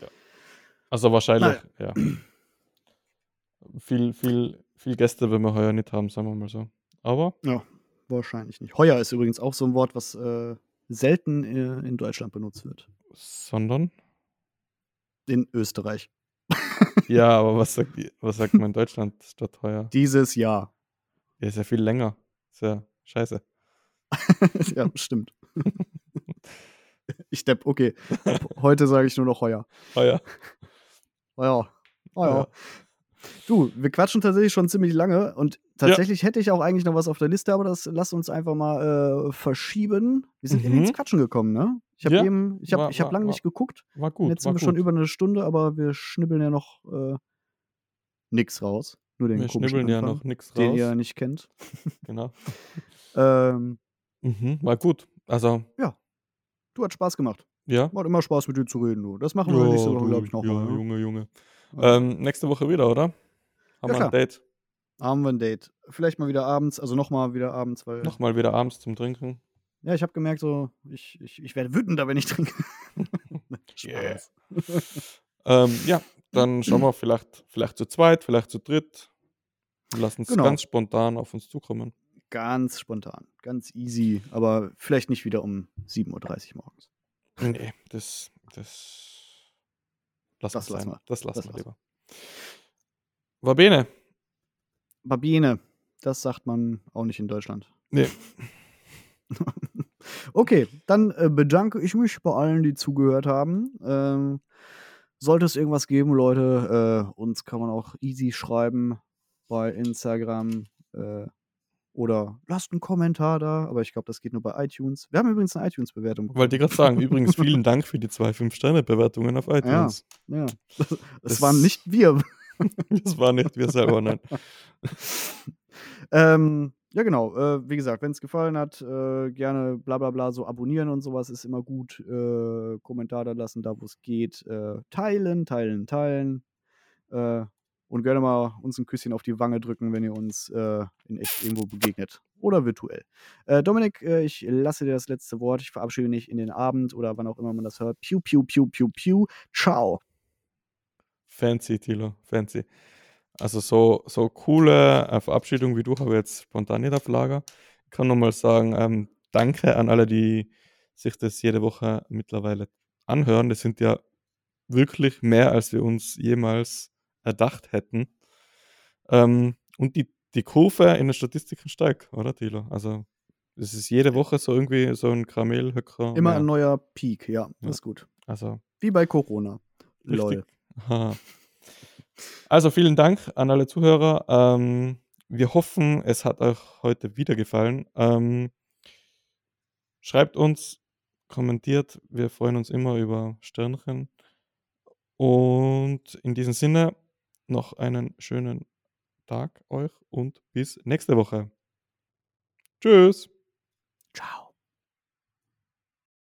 Speaker 1: Ja. Also wahrscheinlich, ja. Viel, viel, viel Gäste werden wir heuer nicht haben, sagen wir mal so. Aber
Speaker 2: Wahrscheinlich nicht. Heuer ist übrigens auch so ein Wort, was äh, selten äh, in Deutschland benutzt wird.
Speaker 1: sondern?
Speaker 2: In Österreich.
Speaker 1: Ja, aber was sagt, die- was sagt man in Deutschland statt heuer?
Speaker 2: Dieses Jahr.
Speaker 1: Ja, ist ja viel länger. Ist ja scheiße.
Speaker 2: ja, stimmt. ich depp, okay. Ab Heute sage ich nur noch heuer.
Speaker 1: Heuer.
Speaker 2: Heuer. Heuer.
Speaker 1: Heuer.
Speaker 2: Du, wir quatschen tatsächlich schon ziemlich lange und tatsächlich hätte ich auch eigentlich noch was auf der Liste, aber das lass uns einfach mal äh, verschieben. Wir sind
Speaker 1: Mhm.
Speaker 2: irgendwie ins Quatschen gekommen, ne? Ich habe
Speaker 1: Ja.
Speaker 2: eben, ich
Speaker 1: War-
Speaker 2: habe, ich
Speaker 1: war-
Speaker 2: habe lange
Speaker 1: war-
Speaker 2: nicht geguckt.
Speaker 1: War gut.
Speaker 2: Jetzt
Speaker 1: war
Speaker 2: sind wir
Speaker 1: gut.
Speaker 2: schon über eine Stunde, aber wir schnibbeln ja noch äh, nix raus. Nur den
Speaker 1: Wir
Speaker 2: komischen
Speaker 1: schnibbeln ja
Speaker 2: Anfang,
Speaker 1: noch nichts raus.
Speaker 2: den ihr nicht kennt.
Speaker 1: Genau.
Speaker 2: Ähm,
Speaker 1: Mhm, war gut. Also,
Speaker 2: du hat Spaß gemacht.
Speaker 1: ja.
Speaker 2: Macht immer Spaß, mit dir zu reden, du. Das machen wir nächste
Speaker 1: Ja,
Speaker 2: Woche,
Speaker 1: du,
Speaker 2: glaube ich,
Speaker 1: ja,
Speaker 2: nochmal. ne?
Speaker 1: Junge, Junge.
Speaker 2: Ja.
Speaker 1: Ähm, nächste Woche wieder, oder? Haben wir
Speaker 2: klar.
Speaker 1: ein Date.
Speaker 2: Haben wir ein Date. Vielleicht mal wieder abends, also nochmal wieder abends, weil.
Speaker 1: Nochmal wieder abends zum Trinken.
Speaker 2: Ja, ich habe gemerkt, so, ich, ich, ich werde wütender, wenn ich trinke.
Speaker 1: Yeah. ähm, ja, dann schauen wir vielleicht, vielleicht zu zweit, vielleicht zu dritt. Und lassen es
Speaker 2: Genau.
Speaker 1: ganz spontan auf uns zukommen.
Speaker 2: Ganz spontan, ganz easy, aber vielleicht nicht wieder um 7.30 Uhr morgens.
Speaker 1: Nee, das, das lassen
Speaker 2: Das
Speaker 1: wir
Speaker 2: lassen
Speaker 1: sein.
Speaker 2: wir.
Speaker 1: Das lassen
Speaker 2: Das
Speaker 1: wir
Speaker 2: lassen
Speaker 1: lieber. War Bene.
Speaker 2: Babine, das sagt man auch nicht in Deutschland.
Speaker 1: Nee.
Speaker 2: Okay, dann äh, bedanke ich mich bei allen, die zugehört haben. Ähm, sollte es irgendwas geben, Leute, äh, uns kann man auch easy schreiben bei Instagram äh, oder lasst einen Kommentar da, aber ich glaube, das geht nur bei iTunes. Wir haben übrigens eine iTunes-Bewertung.
Speaker 1: Wollte ich gerade sagen, übrigens vielen Dank für die zwei 5-Sterne-Bewertungen auf iTunes.
Speaker 2: Ja, das
Speaker 1: Das-
Speaker 2: waren nicht wir.
Speaker 1: Das war nicht wir selber, nein.
Speaker 2: ähm, ja, genau. Äh, wie gesagt, wenn es gefallen hat, äh, gerne bla bla bla so abonnieren und sowas ist immer gut. Äh, Kommentar da lassen, da wo es geht. Äh, teilen, teilen, teilen. Äh, und gerne mal uns ein Küsschen auf die Wange drücken, wenn ihr uns äh, in echt irgendwo begegnet. Oder virtuell. Äh, Dominik, äh, ich lasse dir das letzte Wort. Ich verabschiede mich in den Abend oder wann auch immer man das hört. Piu, piu, piu, piu, piu. Ciao.
Speaker 1: Fancy, Thilo, fancy. Also so, so coole äh, Verabschiedung wie du habe ich jetzt spontan nicht auf Lager. Ich kann nochmal sagen, ähm, danke an alle, die sich das jede Woche mittlerweile anhören. Das sind ja wirklich mehr, als wir uns jemals erdacht hätten. Ähm, und die, die Kurve in den Statistiken steigt, oder Thilo? Also es ist jede Woche so irgendwie so ein Kamelhöcker.
Speaker 2: Immer
Speaker 1: mehr.
Speaker 2: ein neuer Peak. Ja,
Speaker 1: Ja.
Speaker 2: das ist gut.
Speaker 1: Also
Speaker 2: Wie bei Corona. Lol.
Speaker 1: Richtig. Haha. Also vielen Dank an alle Zuhörer. Ähm, wir hoffen, es hat euch heute wieder gefallen. Ähm, schreibt uns, kommentiert. Wir freuen uns immer über Sternchen. Und in diesem Sinne noch einen schönen Tag euch und bis nächste Woche. Tschüss.
Speaker 2: Ciao.